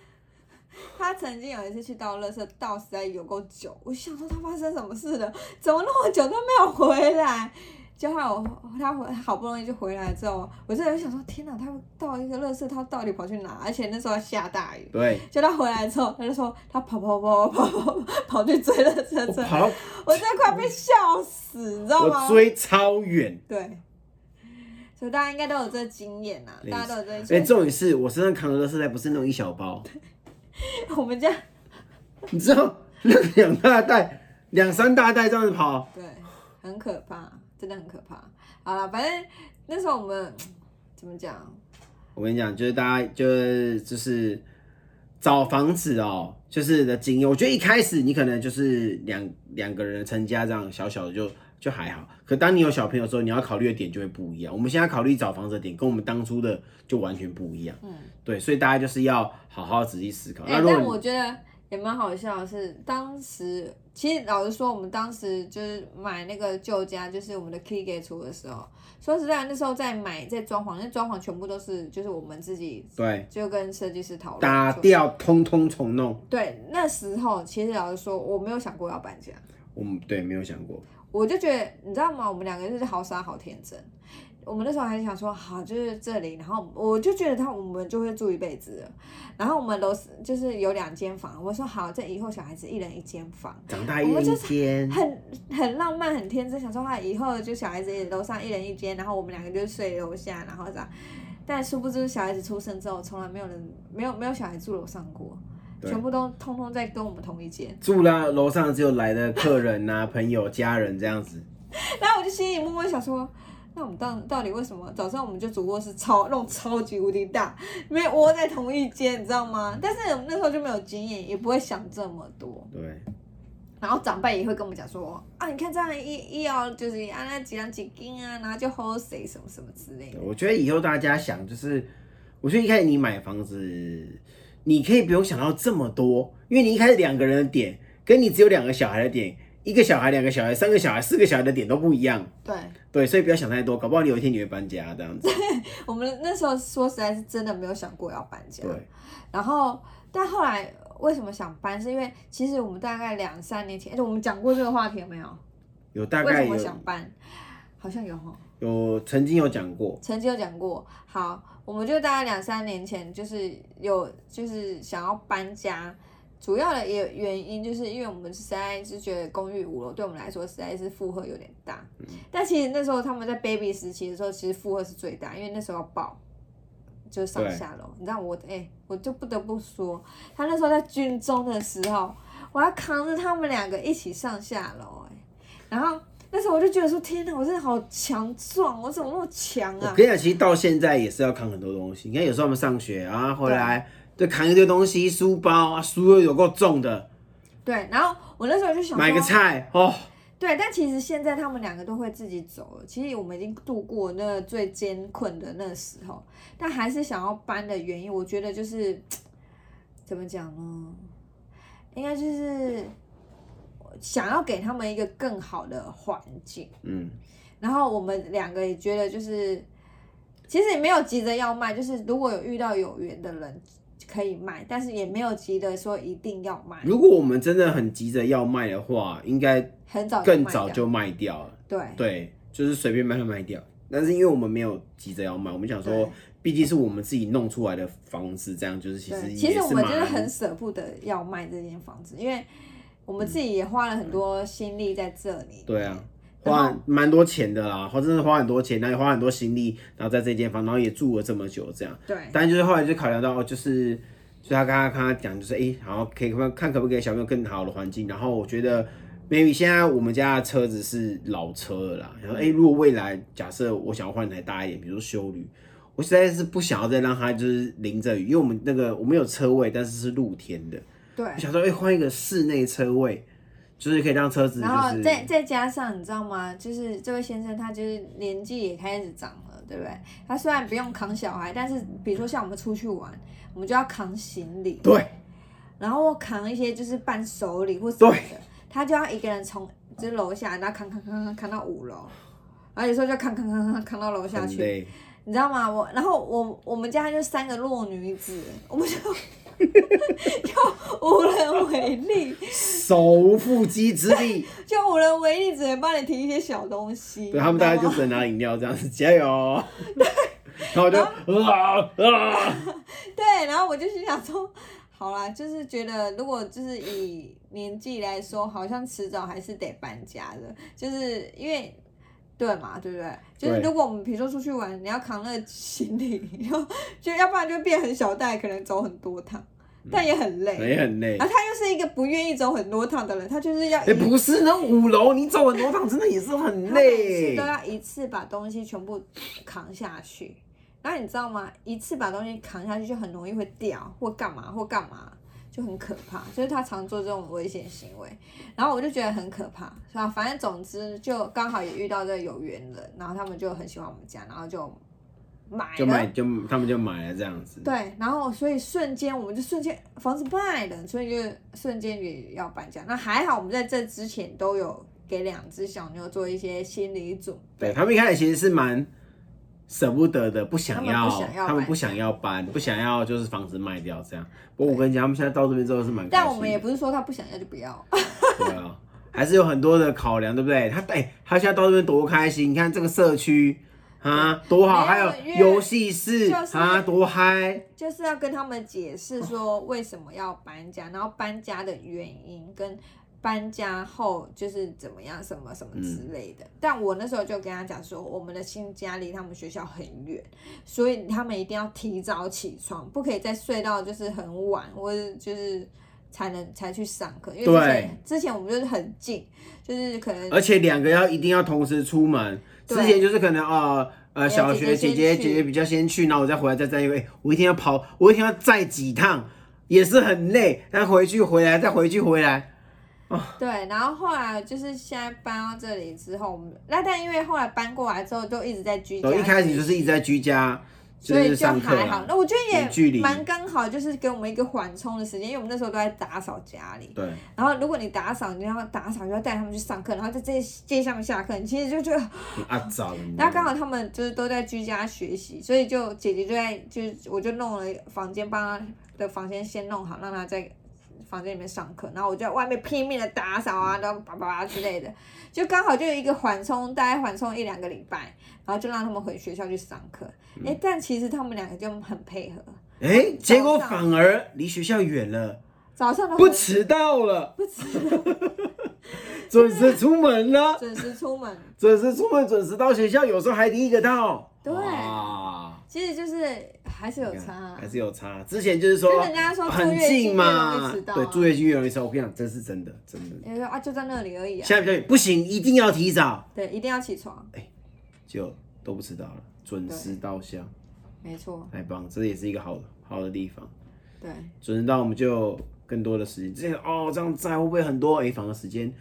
[SPEAKER 2] 他曾经有一次去倒垃圾，倒实在有够久，我想说他发生什么事了，怎么那么久都没有回来？就害我他回好不容易就回来之后，我真的想说天哪，他倒一个垃圾，他到底跑去哪？而且那时候下大雨。
[SPEAKER 1] 对，
[SPEAKER 2] 就他回来之后，他就说他跑跑跑跑跑跑跑去追垃圾
[SPEAKER 1] 我
[SPEAKER 2] 车，
[SPEAKER 1] 跑到
[SPEAKER 2] 我真的快被笑死，你知道吗？
[SPEAKER 1] 我追超远。
[SPEAKER 2] 对，所以大家应该都有这经验呐、
[SPEAKER 1] 类似
[SPEAKER 2] 大家都有这
[SPEAKER 1] 哎、
[SPEAKER 2] 经验。
[SPEAKER 1] 重点是我身上扛的垃圾袋不是那种一小包，哎
[SPEAKER 2] 我们家
[SPEAKER 1] 你知道，那两大袋、两三大袋这样子跑，
[SPEAKER 2] 对，很可怕，真的很可怕。好了，反正那时候我们怎么讲？
[SPEAKER 1] 我跟你讲，就是大家就是就是找房子哦，就是的经验。我觉得一开始你可能就是两两个人成家这样小小的就就还好，可当你有小朋友的时候，你要考虑的点就会不一样。我们现在考虑找房子的点跟我们当初的就完全不一样，
[SPEAKER 2] 嗯，
[SPEAKER 1] 对，所以大家就是要好好仔细思考。
[SPEAKER 2] 哎、
[SPEAKER 1] 那如
[SPEAKER 2] 但
[SPEAKER 1] 果
[SPEAKER 2] 我
[SPEAKER 1] 你
[SPEAKER 2] 觉得也蛮好笑的是，当时其实老实说，我们当时就是买那个旧家，就是我们的 Key 给出的时候，说实在，那时候在买在装潢，那装潢全部都是就是我们自己
[SPEAKER 1] 对
[SPEAKER 2] 就跟设计师讨论
[SPEAKER 1] 打
[SPEAKER 2] 说。
[SPEAKER 1] 掉，通通重弄，
[SPEAKER 2] 对，那时候其实老实说，我没有想过要搬家。
[SPEAKER 1] 我们对没有想过，
[SPEAKER 2] 我就觉得，你知道吗？我们两个就是好傻好天真。我们那时候还想说，好，就是这里，然后我就觉得他我们就会住一辈子了。然后我们楼是就是有两间房，我说好，这以后小孩子一人一间房，
[SPEAKER 1] 长大
[SPEAKER 2] 我
[SPEAKER 1] 一
[SPEAKER 2] 们
[SPEAKER 1] 人
[SPEAKER 2] 就
[SPEAKER 1] 一
[SPEAKER 2] 是
[SPEAKER 1] 间，
[SPEAKER 2] 很很浪漫，很天真，想说啊，以后就小孩子也楼上一人一间，然后我们两个就睡楼下，然后这样。但殊不知，小孩子出生之后，从来没有人没有没有小孩住楼上过，
[SPEAKER 1] 对
[SPEAKER 2] 全部都通通在跟我们同一间。
[SPEAKER 1] 住啦楼上只有来的客人呐、朋友、家人这样子。
[SPEAKER 2] 然后我就心里默默想说，那我们到到底为什么早上我们就主卧室超弄超级无敌大，没有窝在同一间，你知道吗？但是我们那时候就没有经验，也不会想这么多。
[SPEAKER 1] 对，
[SPEAKER 2] 然后长辈也会跟我们讲说，啊，你看这样一一要就是啊那几两几斤啊，然后就喝谁什么什么之类的。
[SPEAKER 1] 我觉得以后大家想就是，我觉得一开始你买房子，你可以不用想到这么多，因为你一开始两个人的点，跟你只有两个小孩的点，一个小孩、两个小孩、三个小孩、四个小孩的点都不一样。
[SPEAKER 2] 对，
[SPEAKER 1] 对，所以不要想太多，搞不好你有一天你会搬家这样子。
[SPEAKER 2] 我们那时候说实在是真的没有想过要搬家。
[SPEAKER 1] 对，
[SPEAKER 2] 然后，但后来为什么想搬，是因为其实我们大概两三年前，哎而且我们讲过这个话题有没有？
[SPEAKER 1] 有大
[SPEAKER 2] 为
[SPEAKER 1] 概
[SPEAKER 2] 什么
[SPEAKER 1] 有
[SPEAKER 2] 想搬？好像有哈。哦
[SPEAKER 1] 有曾经有讲过，
[SPEAKER 2] 曾经有讲过，好，我们就大概两三年前就是有就是想要搬家，主要的也原因就是因为我们实在是觉得公寓五楼对我们来说实在是负荷有点大，但其实那时候他们在 baby 时期的时候，其实负荷是最大，因为那时候要抱，就是上
[SPEAKER 1] 对
[SPEAKER 2] 下楼。你知道我哎、我就不得不说，他那时候在军中的时候，我要扛着他们两个一起上下楼哎、然后那时候我就觉得说，天哪，我真的好强壮，我怎么那么强
[SPEAKER 1] 我
[SPEAKER 2] 啊？
[SPEAKER 1] 跟你讲，其实到现在也是要扛很多东西。你看，有时候我们上学啊，回来就扛一堆东西，书包啊，书又有够重的，
[SPEAKER 2] 对，然后我那时候就想
[SPEAKER 1] 买个
[SPEAKER 2] 说
[SPEAKER 1] 菜哦，
[SPEAKER 2] 对，但其实现在他们两个都会自己走了。其实我们已经度过那最艰困的那时候，但还是想要搬的原因，我觉得就是怎么讲呢？应该就是想要给他们一个更好的环境。
[SPEAKER 1] 嗯，
[SPEAKER 2] 然后我们两个也觉得就是，其实也没有急着要卖，就是如果有遇到有缘的人可以卖，但是也没有急着说一定要卖，
[SPEAKER 1] 如果我们真的很急着要卖的话，应该
[SPEAKER 2] 很早就
[SPEAKER 1] 更
[SPEAKER 2] 卖
[SPEAKER 1] 早
[SPEAKER 2] 掉
[SPEAKER 1] 就卖掉了。
[SPEAKER 2] 对。
[SPEAKER 1] 对，就是随便卖它卖掉。但是因为我们没有急着要卖，我们想
[SPEAKER 2] 对
[SPEAKER 1] 说，毕竟是我们自己弄出来的房子，这样就是其实
[SPEAKER 2] 对，
[SPEAKER 1] 也
[SPEAKER 2] 其实我
[SPEAKER 1] 是
[SPEAKER 2] 们
[SPEAKER 1] 蛮
[SPEAKER 2] 真的很舍不得要卖这间房子，因为我们自己也花了很多心力在这里。
[SPEAKER 1] 嗯对啊，
[SPEAKER 2] 然后
[SPEAKER 1] 花蛮多钱的啦，花真的花很多钱，然后也花很多心力，然后在这间房，然后也住了这么久，这样。
[SPEAKER 2] 对
[SPEAKER 1] 但就是后来就考量到，哦就是就他跟他跟他讲，就是哎、诶好，可以看看可不可以给小朋友更好的环境。然后我觉得，maybe 现在我们家的车子是老车了啦，然后哎、诶如果未来假设我想要换一台大一点，比如说修旅，我实在是不想要再让它就是淋着雨，因为我们那个我们有车位，但是是露天的，
[SPEAKER 2] 对
[SPEAKER 1] 我，想说哎换、一个室内车位，就是可以让车子
[SPEAKER 2] 然后
[SPEAKER 1] 就是
[SPEAKER 2] 再再加上你知道吗？就是这位先生他就是年纪也开始长了，对不对？他虽然不用扛小孩，但是比如说像我们出去玩，我们就要扛行李，
[SPEAKER 1] 对
[SPEAKER 2] 然后扛一些就是伴手礼或什么的，他就要一个人从就是楼下，然后扛扛扛扛扛到五楼，然后有时候就扛扛扛扛扛到楼下
[SPEAKER 1] 很
[SPEAKER 2] 去。
[SPEAKER 1] 累，
[SPEAKER 2] 你知道吗？我然后我我们家就三个弱女子，我 们就就无人为力，
[SPEAKER 1] 手无缚鸡之力。
[SPEAKER 2] 就无人为力，只能帮你提一些小东西。
[SPEAKER 1] 对他们大概就
[SPEAKER 2] 你知
[SPEAKER 1] 只能拿饮料这样子， 加油。然后我就啊啊，
[SPEAKER 2] 道吗对，然后我就心想说，好啦，就是觉得如果就是以年纪来说，好像迟早还是得搬家的，就是因为。对嘛，对不对？就
[SPEAKER 1] 对
[SPEAKER 2] 是如果我们比如说出去玩，你要扛那个行李，就就要不然就变很小袋，可能走很多趟，
[SPEAKER 1] 嗯
[SPEAKER 2] 但也很累。
[SPEAKER 1] 也很累
[SPEAKER 2] 然。后他又是一个不愿意走很多趟的人，他就是要一
[SPEAKER 1] 哎、不是，那五楼你走很多趟，真的也是很
[SPEAKER 2] 他每次
[SPEAKER 1] 累
[SPEAKER 2] 都。要一次把东西全部扛下去。然后你知道吗？一次把东西扛下去就很容易会掉或干嘛或干嘛，就很可怕。就是他常做这种危险行为，然后我就觉得很可怕，是吧？反正总之就刚好也遇到这个有缘人，然后他们就很喜欢我们家，然后就买
[SPEAKER 1] 就
[SPEAKER 2] 了。
[SPEAKER 1] 买就他们就买了这样子，
[SPEAKER 2] 对，然后所以瞬间我们就瞬间房子卖了，所以就瞬间也要搬家。那还好我们在这之前都有给两只小牛做一些心理准
[SPEAKER 1] 对他们一开始其实是蛮舍不得的，不想要，
[SPEAKER 2] 他
[SPEAKER 1] 他
[SPEAKER 2] 们
[SPEAKER 1] 们
[SPEAKER 2] 不
[SPEAKER 1] 不
[SPEAKER 2] 想
[SPEAKER 1] 想要搬，不想要就是房子卖掉这样。不过我跟你讲，他们现在到这边之后是蛮开心的，
[SPEAKER 2] 但我们也不是说他不想要就不要，
[SPEAKER 1] 对啊，还是有很多的考量，对不对？他哎、他现在到这边多开心，你看这个社区啊多好，
[SPEAKER 2] 没
[SPEAKER 1] 还
[SPEAKER 2] 有
[SPEAKER 1] 有
[SPEAKER 2] 因为
[SPEAKER 1] 游戏室、
[SPEAKER 2] 就是
[SPEAKER 1] 啊多嗨，
[SPEAKER 2] 就是要跟他们解释说为什么要搬家，然后搬家的原因跟搬家后就是怎么样什么什
[SPEAKER 1] 嗯
[SPEAKER 2] 么之类的。但我那时候就跟他讲说，我们的新家离他们学校很远，所以他们一定要提早起床，不可以再睡到就是很晚，或者就是。才能才去上课，因为之前之前我们就是很近，就是可能
[SPEAKER 1] 而且两个要一定要同时出门。之
[SPEAKER 2] 对
[SPEAKER 1] 前就是可能呃呃，小学
[SPEAKER 2] 姐
[SPEAKER 1] 姐
[SPEAKER 2] 姐先
[SPEAKER 1] 姐
[SPEAKER 2] 去
[SPEAKER 1] 姐姐比较先去，然后我再回来再再因为我一天要跑，我一天要再几趟，也是很累，但回去回来再回去回来，
[SPEAKER 2] 对，然后后来就是现在搬到这里之后，我们那但因为后来搬过来之后，都一直在居家
[SPEAKER 1] 然
[SPEAKER 2] 隔
[SPEAKER 1] 后哦
[SPEAKER 2] 离，
[SPEAKER 1] 一开始就是一直在居家，
[SPEAKER 2] 所以
[SPEAKER 1] 是
[SPEAKER 2] 就
[SPEAKER 1] 上课啊
[SPEAKER 2] 还好
[SPEAKER 1] 啦。，
[SPEAKER 2] 那我觉
[SPEAKER 1] 零
[SPEAKER 2] 得
[SPEAKER 1] 距
[SPEAKER 2] 也
[SPEAKER 1] 离
[SPEAKER 2] 蛮刚好，就是给我们一个缓冲的时间，因为我们那时候都在打扫家里。
[SPEAKER 1] 对，
[SPEAKER 2] 然后如果你打扫，你要打扫，就要带他们去上课，然后在这接下面下课，你其实就觉得，
[SPEAKER 1] 很阿杂的。
[SPEAKER 2] 那刚好他们就是都在居家学习，所以就姐姐就在就是我就弄了房间，帮她的房间先弄好，让她在房间里面上课，然后我就在外面拼命的打扫啊，然后叭叭叭之类的，就刚好就有一个缓冲，大概缓冲一两个礼拜，然后就让他们回学校去上课。哎、但其实他们两个就很配合，
[SPEAKER 1] 哎、结果
[SPEAKER 2] 早上
[SPEAKER 1] 反而离学校远了，
[SPEAKER 2] 早上 都
[SPEAKER 1] 不
[SPEAKER 2] 很
[SPEAKER 1] 迟到了，
[SPEAKER 2] 不迟，
[SPEAKER 1] 准时出门了，
[SPEAKER 2] 准时出门。
[SPEAKER 1] 准时出门，准时到学校，有时候还第一个到。
[SPEAKER 2] 对
[SPEAKER 1] 哇
[SPEAKER 2] 其实就是还是有差啊、
[SPEAKER 1] 还是有差。之前就是说
[SPEAKER 2] 真的人家说
[SPEAKER 1] 很近
[SPEAKER 2] 住越近越容易
[SPEAKER 1] 嘛
[SPEAKER 2] 迟，到啊
[SPEAKER 1] 对，住越近越容易迟到。我跟你讲，这是真的，真的。
[SPEAKER 2] 有人说啊，就在那里而已啊
[SPEAKER 1] 现。在比较远，不行，一定要提早，
[SPEAKER 2] 对，一定要起床，
[SPEAKER 1] 就都不迟到了，准时到校，
[SPEAKER 2] 没错，
[SPEAKER 1] 太棒，这也是一个好好的地方。
[SPEAKER 2] 对，
[SPEAKER 1] 准时到，我们就更多的时间。之前哦，这样在会不会很多？哎、反而时间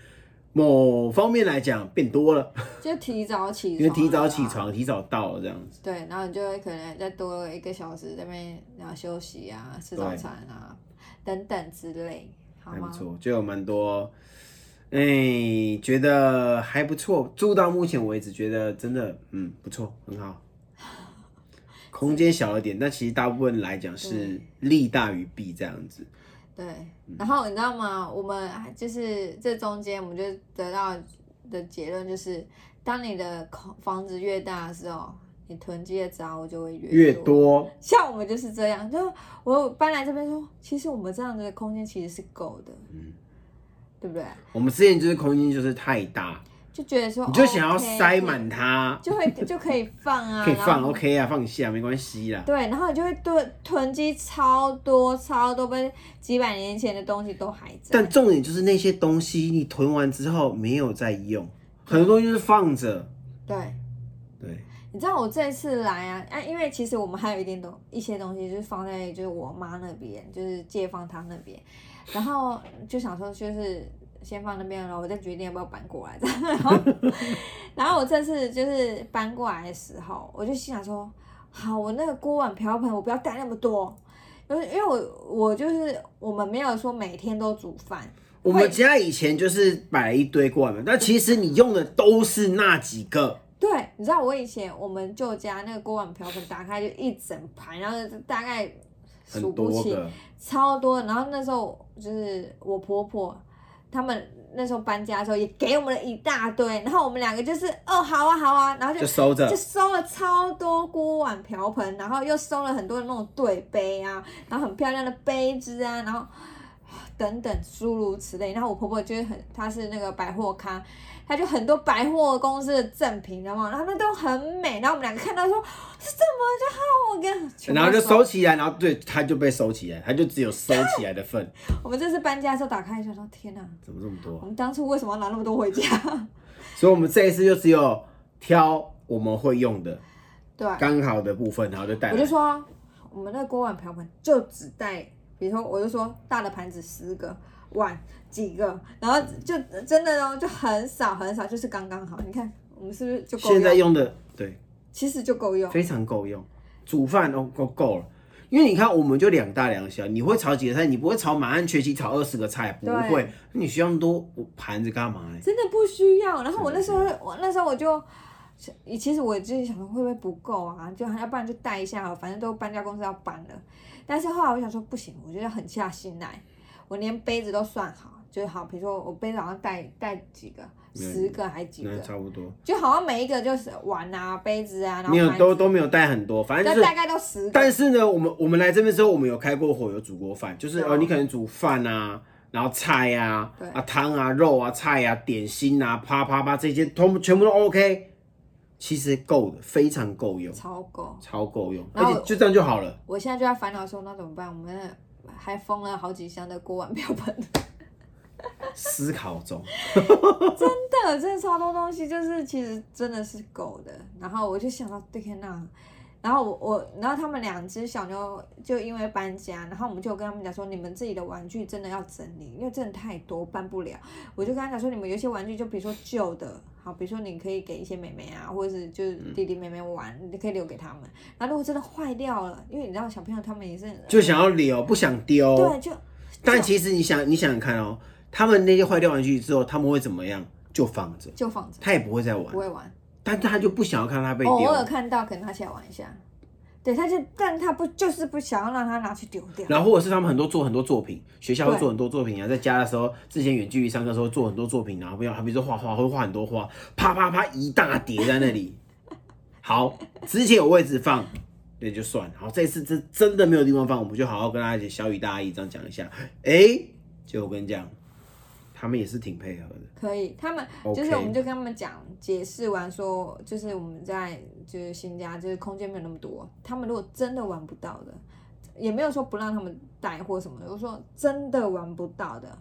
[SPEAKER 1] 某方面来讲变多了，
[SPEAKER 2] 就提早起床，
[SPEAKER 1] 因为提早起。床，提早到了这样子。
[SPEAKER 2] 对，然后你就会可能再多一个小时在那边，然后休息啊，吃早餐啊，等等之类，好
[SPEAKER 1] 还不
[SPEAKER 2] 吗？
[SPEAKER 1] 错，就有蛮多，哎、觉得还不错。住到目前为止，觉得真的，嗯，不错，很 好。空间小了点，但其实大部分来讲是利大于弊这样子。
[SPEAKER 2] 对，
[SPEAKER 1] 嗯
[SPEAKER 2] 然后你知道吗？我们还就是这中间，我们就得到的结论就是，当你的空房子越大的时候，你囤积的杂物就会
[SPEAKER 1] 越
[SPEAKER 2] 多。
[SPEAKER 1] 多，
[SPEAKER 2] 像我们就是这样，就我搬来这边说，其实我们这样的空间其实是够的，嗯，对不对？
[SPEAKER 1] 我们之前就是空间就是太大，
[SPEAKER 2] 就觉得说，哦
[SPEAKER 1] 你就想要
[SPEAKER 2] OK，
[SPEAKER 1] 塞满它，
[SPEAKER 2] 就会 就可以放啊，
[SPEAKER 1] 可以
[SPEAKER 2] 然
[SPEAKER 1] 放
[SPEAKER 2] 后
[SPEAKER 1] OK 啊，放下没关系啦。
[SPEAKER 2] 对，然后你就会囤囤积超多超多，被几百年前的东西都还在。
[SPEAKER 1] 但重点就是那些东西你囤完之后没有再用，很多东西就是放着。
[SPEAKER 2] 对，
[SPEAKER 1] 对，
[SPEAKER 2] 你知道我这次来啊，啊，因为其实我们还有一点东一些东西，就是放在就是我妈那边，就是借放她那边，然后就想说就是先放那边，然后我再决定要不要搬过来。这样 然后，然后我这次就是搬过来的时候，我就心想说，好，我那个锅碗瓢盆我不要带那么多，因为因为我我就是我们没有说每天都煮饭，
[SPEAKER 1] 我们
[SPEAKER 2] 会
[SPEAKER 1] 家以前就是摆了一堆锅碗瓢盆，但其实你用的都是那几个，
[SPEAKER 2] 对，你知道我以前我们舅家那个锅碗瓢盆打开就一整盘，然后就大概数
[SPEAKER 1] 很
[SPEAKER 2] 不
[SPEAKER 1] 多
[SPEAKER 2] 清，
[SPEAKER 1] 个，
[SPEAKER 2] 超多。然后那时候就是我婆婆他们那时候搬家的时候也给我们了一大堆，然后我们两个就是哦好啊好啊，然后就
[SPEAKER 1] 就收着
[SPEAKER 2] 就。收了超多锅碗瓢盆，然后又收了很多那种对杯啊，然后很漂亮的杯子啊，然后等等诸如此类。然后我婆婆就是很，她是那个百货咖，她就很多百货公司的赠品，你知道吗？然后他们都很美，然后我们两个看到说是这么就好，我跟
[SPEAKER 1] 然后就收。起来，然后对，它就被收起来，它就只有收起来的份，
[SPEAKER 2] 我们这次搬家的时候打开一下，说天哪、
[SPEAKER 1] 怎么这么
[SPEAKER 2] 我
[SPEAKER 1] 多？
[SPEAKER 2] 们当初为什么要拿那么多回家？
[SPEAKER 1] 所以我们这一次就只有挑我们会用的
[SPEAKER 2] 对，啊
[SPEAKER 1] 刚好的部分，然后就带
[SPEAKER 2] 我就
[SPEAKER 1] 来。
[SPEAKER 2] 说，我们那个锅碗瓢盆就只带，比如说，我就说大的盘子十个，碗几个，然后就真的哦，就很少很少，就是刚刚好。你看我们是不是就够
[SPEAKER 1] 现在
[SPEAKER 2] 用？
[SPEAKER 1] 用的对，
[SPEAKER 2] 其实就够用。
[SPEAKER 1] 非常够用，煮饭都够够了。因为你看，我们就两大两小，你会炒几个菜，你不会炒满汉全席炒二十个菜，不
[SPEAKER 2] 对
[SPEAKER 1] 会。那你需要那么多盘子干嘛呢？
[SPEAKER 2] 真的不需要。然后我那时候，我那时候我就，其实我自己想说会不会不够啊？就要不然就带一下好了，反正都搬家公司要搬了。但是后来我想说不行，我觉得狠下心来，我连杯子都算好，就是好，比如说我杯子好像带带几个，十个还几
[SPEAKER 1] 那
[SPEAKER 2] 个，
[SPEAKER 1] 差不多。
[SPEAKER 2] 就好像每一个就是碗啊、杯子啊，然
[SPEAKER 1] 没
[SPEAKER 2] 后
[SPEAKER 1] 有
[SPEAKER 2] 盘
[SPEAKER 1] 都
[SPEAKER 2] 子
[SPEAKER 1] 都没有带很多，反正
[SPEAKER 2] 但
[SPEAKER 1] 就是。
[SPEAKER 2] 大概都十个。
[SPEAKER 1] 但是呢，我们我们来这边之后，我们有开过火，有煮过饭，就是
[SPEAKER 2] 对啊
[SPEAKER 1] 呃，你可能煮饭啊，然后菜啊
[SPEAKER 2] 对，
[SPEAKER 1] 啊汤啊，肉啊，菜啊，点心啊，啪啪啪这些，通全部都 OK，其实够的，非常够用，
[SPEAKER 2] 超够！
[SPEAKER 1] 超够用，
[SPEAKER 2] 然
[SPEAKER 1] 而
[SPEAKER 2] 后
[SPEAKER 1] 且就这样就好了。
[SPEAKER 2] 我现在就在烦恼说，那怎么办？我们还封了好几箱的锅碗瓢盆，
[SPEAKER 1] 思考中，
[SPEAKER 2] 真的，真的超多东西，就是其实真的是狗的。然后我就想到，天哪！然后我我，然后他们两只小妞就因为搬家，然后我们就有跟他们讲说，你们自己的玩具真的要整理，因为真的太多搬不了。我就跟他讲说，你们有些玩具，就比如说旧的，好，比如说你可以给一些妹妹啊，或者是就是
[SPEAKER 1] 嗯
[SPEAKER 2] 弟弟妹妹玩，你可以留给他们。然后如果真的坏掉了，因为你知道小朋友他们也是
[SPEAKER 1] 就想要留，不想丢。
[SPEAKER 2] 对就
[SPEAKER 1] 但其实你想，你想想看哦，他们那些坏掉玩具之后，他们会怎么样？就放着，
[SPEAKER 2] 就放着，
[SPEAKER 1] 他也不会再玩
[SPEAKER 2] 不，会玩。
[SPEAKER 1] 但他就不想要看到它被
[SPEAKER 2] 偶
[SPEAKER 1] 丢。
[SPEAKER 2] 尔哦看到可能拿起来玩一下，对，他就，但他不就是不想要让他拿去丢掉，
[SPEAKER 1] 然后或者是他们很多做很多作品，学校会做很多作品啊，在家的时候，之前远距离上课的时候做很多作品啊，不要，比如说画画会画很多 画，啪啪啪一大叠在那里。好，之前有位置放，也就算了。好，这一次真真的没有地方放，我们就好好跟大家一起小雨大意这样讲一下。哎、结果我跟你讲，他们也是挺配合的。
[SPEAKER 2] 可以，他们
[SPEAKER 1] OK
[SPEAKER 2] 就是我们就跟他们讲解释完说，就是我们在就是新家就是空间没有那么多，他们如果真的玩不到的，也没有说不让他们带或什么的，我说真的玩不到的，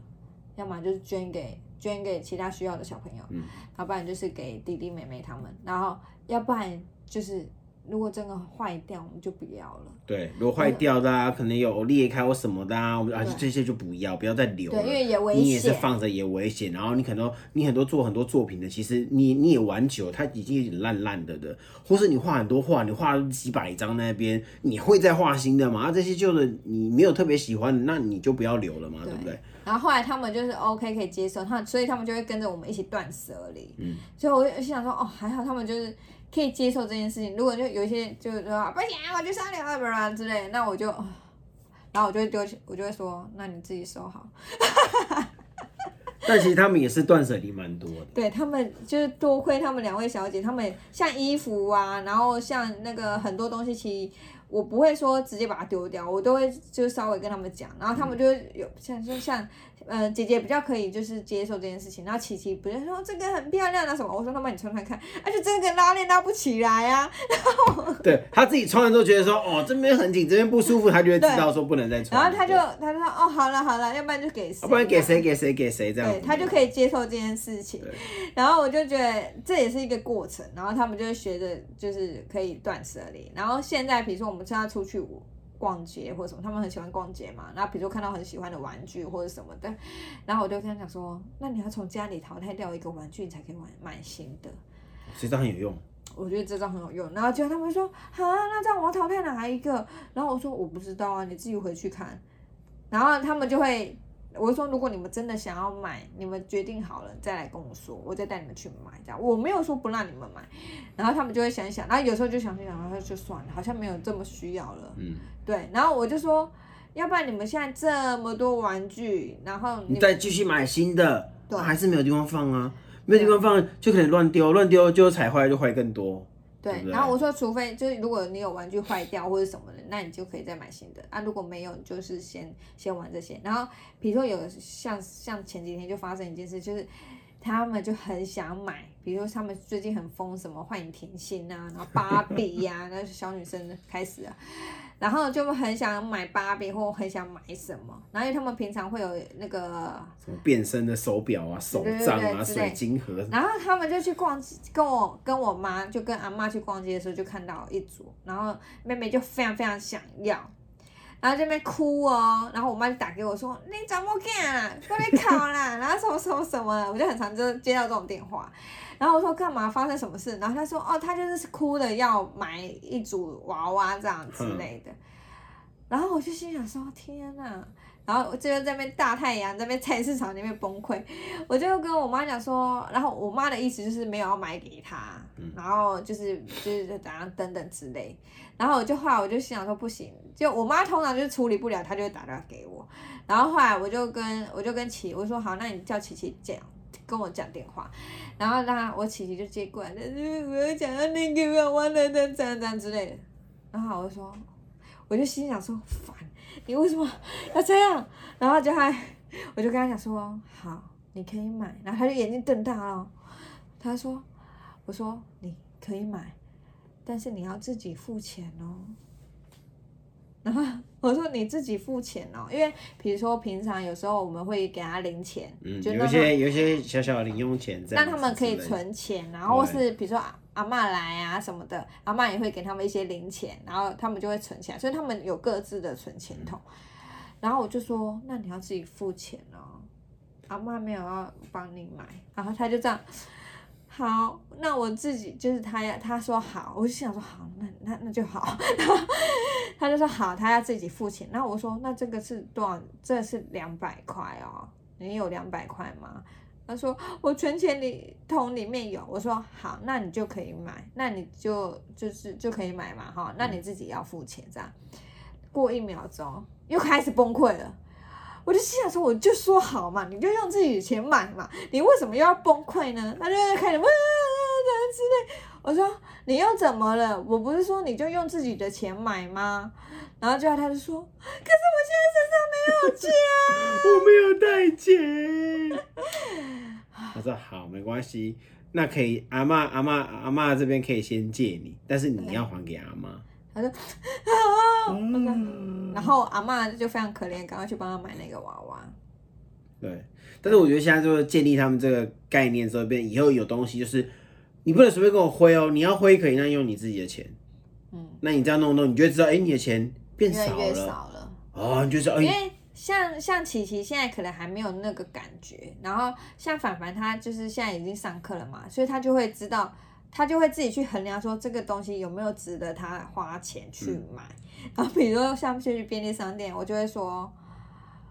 [SPEAKER 2] 要么就是捐给捐给其他需要的小朋友，
[SPEAKER 1] 嗯
[SPEAKER 2] 要不然就是给弟弟妹妹他们，然后要不然就是如果真的坏掉，我们就不要了。
[SPEAKER 1] 对，如果坏掉的啊，可能有裂开或什么的啊，我们啊
[SPEAKER 2] 对
[SPEAKER 1] 这些就不要，不要再留
[SPEAKER 2] 对，因
[SPEAKER 1] 了。
[SPEAKER 2] 为也危
[SPEAKER 1] 你也是
[SPEAKER 2] 险。
[SPEAKER 1] 放着也危险，然后你可能你很多做很多作品的，其实你你也玩久，它已经有点烂烂的的，或是你画很多画，你画了几百张那边，你会再画新的嘛？啊，这些旧的你没有特别喜欢的，那你就不要留了嘛，对不对？
[SPEAKER 2] 然后后来他们就是 OK 可以接受，他们所以他们就会跟着我们一起断舍离。嗯，所以我就想说，哦，还好他们就是可以接受这件事情。如果就有一些就是说不行，我就杀你啊，不啦之类的，那我就，哦然后我就会丢弃，我就会说，那你自己收好。
[SPEAKER 1] 但其实他们也是断舍离蛮多的，
[SPEAKER 2] 对他们就是多亏他们两位小姐，他们像衣服啊，然后像那个很多东西，其实我不会说直接把它丢掉，我都会就稍微跟他们讲，然后他们就会有像就像呃姐姐比较可以就是接受这件事情，然后琪琪不是说这个很漂亮啊什么，我说那么你穿穿看，而且这个拉链拉不起来啊，
[SPEAKER 1] 对他自己穿完之后觉得说，哦这边很紧，这边不舒服，他就会知道说不能再穿
[SPEAKER 2] 然
[SPEAKER 1] 了。
[SPEAKER 2] 后他就
[SPEAKER 1] 对
[SPEAKER 2] 他就说哦好了好了，要不然就给谁，
[SPEAKER 1] 要不然给谁给谁给谁这样
[SPEAKER 2] 对
[SPEAKER 1] 子，
[SPEAKER 2] 他就可以接受这件事情
[SPEAKER 1] 对。
[SPEAKER 2] 然后我就觉得这也是一个过程，然后他们就会学着就是可以断舍离。然后现在比如说我们现在出去逛街或什么，他们很喜欢逛街嘛，然后比如说看到很喜欢的玩具或者什么的，然后我就跟他讲说，那你要从家里淘汰掉一个玩具，你才可以玩买新的。
[SPEAKER 1] 所以这样很有用。
[SPEAKER 2] 我觉得这招很有用，然后结果他们说啊，那这样我要淘汰哪一个？然后我说我不知道啊，你自己回去看。然后他们就会，我就说如果你们真的想要买，你们决定好了再来跟我说，我再带你们去买。这样我没有说不让你们买，然后他们就会想一想，然后有时候就想一想，然后就算了，好像没有这么需要了。
[SPEAKER 1] 嗯，
[SPEAKER 2] 对，然后我就说，要不然你们现在这么多玩具，然后你
[SPEAKER 1] 你再继续买新的，
[SPEAKER 2] 对
[SPEAKER 1] 还是没有地方放啊，没有地方放就可能乱丢，乱丢就踩坏就坏更多。对
[SPEAKER 2] 对
[SPEAKER 1] 不，对
[SPEAKER 2] 然后我说，除非就是如果你有玩具坏掉或者什么的，那你就可以再买新的啊。如果没有，你就是先先玩这些。然后比如说有像像前几天就发生一件事，就是他们就很想买，比如说他们最近很疯什么幻影甜心啊，然后芭比呀、那小女生开始啊，然后就很想买芭比或很想买什么，然后因为他们平常会有那个
[SPEAKER 1] 什么变身的手表啊、手杖
[SPEAKER 2] 对对
[SPEAKER 1] 啊、
[SPEAKER 2] 对之类
[SPEAKER 1] 水晶盒，
[SPEAKER 2] 然后他们就去逛街，跟我跟我妈就跟阿妈去逛街的时候就看到一组，然后妹妹就非常非常想要，然后这边哭哦，然后我妈就打给我说你怎么干啊，过来考啦， 然后什么什么什么的，我就很常就接到这种电话，然后我说干嘛发生什么事，然后她说哦她就是哭的要买一组娃娃这样之类的，然后我就心想说天哪。然后我就在那边大太阳，在那边菜市场那边崩溃，我就跟我妈讲说，然后我妈的意思就是没有要买给她，然后就是就是怎样等等之类，然后我就后来我就心想说不行，就我妈通常就是处理不了，她就会打电话给我，然后后来我就跟我就跟琪我说好，那你叫琪琪讲。跟我讲电话，然后她我琪琪就接过来，嗯我要讲到那个娃娃的的这样这样之类的，然后我就说，我就心想说烦，你为什么要这样？然后就还我就跟他讲说好，你可以买，然后他就眼睛瞪大了，他说，我说你可以买，但是你要自己付钱哦。然后我说你自己付钱哦，因为比如说平常有时候我们会给他零钱，
[SPEAKER 1] 嗯，
[SPEAKER 2] 就
[SPEAKER 1] 有一
[SPEAKER 2] 那种
[SPEAKER 1] 些有一些小小的零用钱这样
[SPEAKER 2] 让
[SPEAKER 1] 子
[SPEAKER 2] 他们可
[SPEAKER 1] 之
[SPEAKER 2] 以
[SPEAKER 1] 类的。
[SPEAKER 2] 存钱，然后或是比如说阿阿妈来啊什么的，阿妈也会给他们一些零钱，然后他们就会存起来，所以他们有各自的存钱筒。然后我就说，那你要自己付钱哦，阿妈没有要帮你买，然后他就这样。好，那我自己就是他要，他说好，我就想说好，那那那就好， 然后他就说好，他要自己付钱。然后我说那这个是多少？这是两百块哦，你有两百块吗？他说我存钱里桶里面有。我说好，那你就可以买，那你就就是就可以买嘛哈，那你自己要付钱这样。过一秒钟又开始崩溃了。我就心想说，我就说好嘛，你就用自己的钱买嘛，你为什么又要崩溃呢？他就开始哇之类，我说你又怎么了？我不是说你就用自己的钱买吗？然后就他就说，可是我现在身上没有钱。
[SPEAKER 1] 我
[SPEAKER 2] 啊
[SPEAKER 1] 没有带钱。我说好，没关系，那可以，阿妈阿妈阿妈这边可以先借你，但是你要还给阿妈。
[SPEAKER 2] 他说啊，我说
[SPEAKER 1] 嗯
[SPEAKER 2] 然后阿妈就非常可怜，赶快去帮他买那个娃娃。
[SPEAKER 1] 对，但是我觉得现在就是建立他们这个概念之后，变以后有东西就是你不能随便跟我挥哦，你要挥可以，那用你自己的钱。
[SPEAKER 2] 嗯，
[SPEAKER 1] 那你这样弄弄，你就会知道，哎、你的钱变
[SPEAKER 2] 越来
[SPEAKER 1] 少
[SPEAKER 2] 越
[SPEAKER 1] 了
[SPEAKER 2] 少了，
[SPEAKER 1] 哦，你就知道，哎、
[SPEAKER 2] 因为像像琪琪现在可能还没有那个感觉，然后像凡凡他就是现在已经上课了嘛，所以他就会知道。他就会自己去衡量说这个东西有没有值得他花钱去
[SPEAKER 1] 嗯
[SPEAKER 2] 买，然后比如说像去便利商店，我就会说，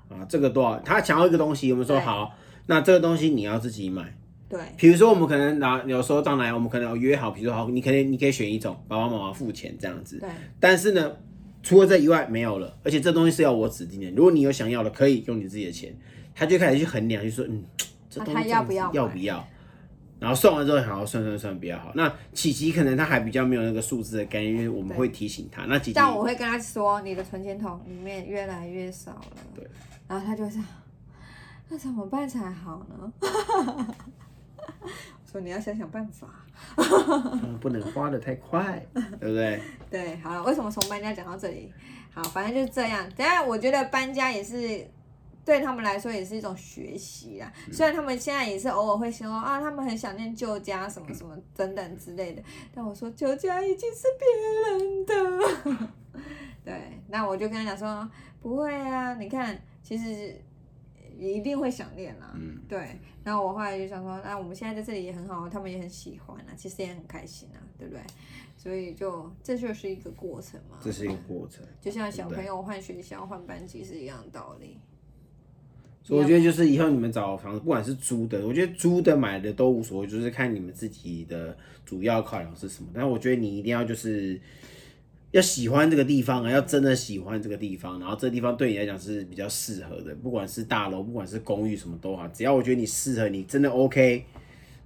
[SPEAKER 1] 啊，这个多少？他想要一个东西，我们说
[SPEAKER 2] 对
[SPEAKER 1] 好，那这个东西你要自己买。
[SPEAKER 2] 对
[SPEAKER 1] 比如说，我们可能拿有时候当然，我们可能有约好，比如说好，你可以你可以选一种，爸爸妈妈付钱这样子。
[SPEAKER 2] 对
[SPEAKER 1] 但是呢，除了这以外没有了，而且这东西是要我指定的。如果你有想要的，可以用你自己的钱。他就开始去衡量，就说嗯，这
[SPEAKER 2] 啊
[SPEAKER 1] 东西
[SPEAKER 2] 他
[SPEAKER 1] 这
[SPEAKER 2] 要
[SPEAKER 1] 样
[SPEAKER 2] 不
[SPEAKER 1] 子
[SPEAKER 2] 要
[SPEAKER 1] 要
[SPEAKER 2] 买
[SPEAKER 1] 不要？然后算完之后，好好算算算比较好。那琪琪可能他还比较没有那个数字的概念，因为我们
[SPEAKER 2] 对
[SPEAKER 1] 会提醒他。那琪琪
[SPEAKER 2] 但我会跟他说，你的存钱筒里面越来越少了。
[SPEAKER 1] 对，
[SPEAKER 2] 然后他就会说，那怎么办才好呢？ 我说你要想想办法。
[SPEAKER 1] 嗯不能花的太 快，对不对？
[SPEAKER 2] 对，好了，为什么从搬家讲到这里？好，反正就是这样。等一下我觉得搬家也是对他们来说也是一种学习啦。
[SPEAKER 1] 嗯
[SPEAKER 2] 虽然他们现在也是偶尔会形容啊，他们很想念旧家什么 什么等等之类的，但我说旧家已经是别人的。 对，那我就跟他讲说，不会啊，你看，其实也一定会想念啦。
[SPEAKER 1] 嗯
[SPEAKER 2] 对，然后我后来就想说，那我们现在在这里也很好，他们也很喜欢啊，其实也很开心啊，对不对？所以就这就是一个过程嘛，
[SPEAKER 1] 这是一个过程。
[SPEAKER 2] 就像小朋友换学校、换班级是一样的道理。
[SPEAKER 1] 所以我觉得就是以后你们找房子，不管是租的，我觉得租的买的都无所谓，就是看你们自己的主要考量是什么。但我觉得你一定要就是要喜欢这个地方啊，要真的喜欢这个地方，然后这个地方对你来讲是比较适合的，不管是大楼，不管是公寓什么都好，只要我觉得你适合，你真的 OK，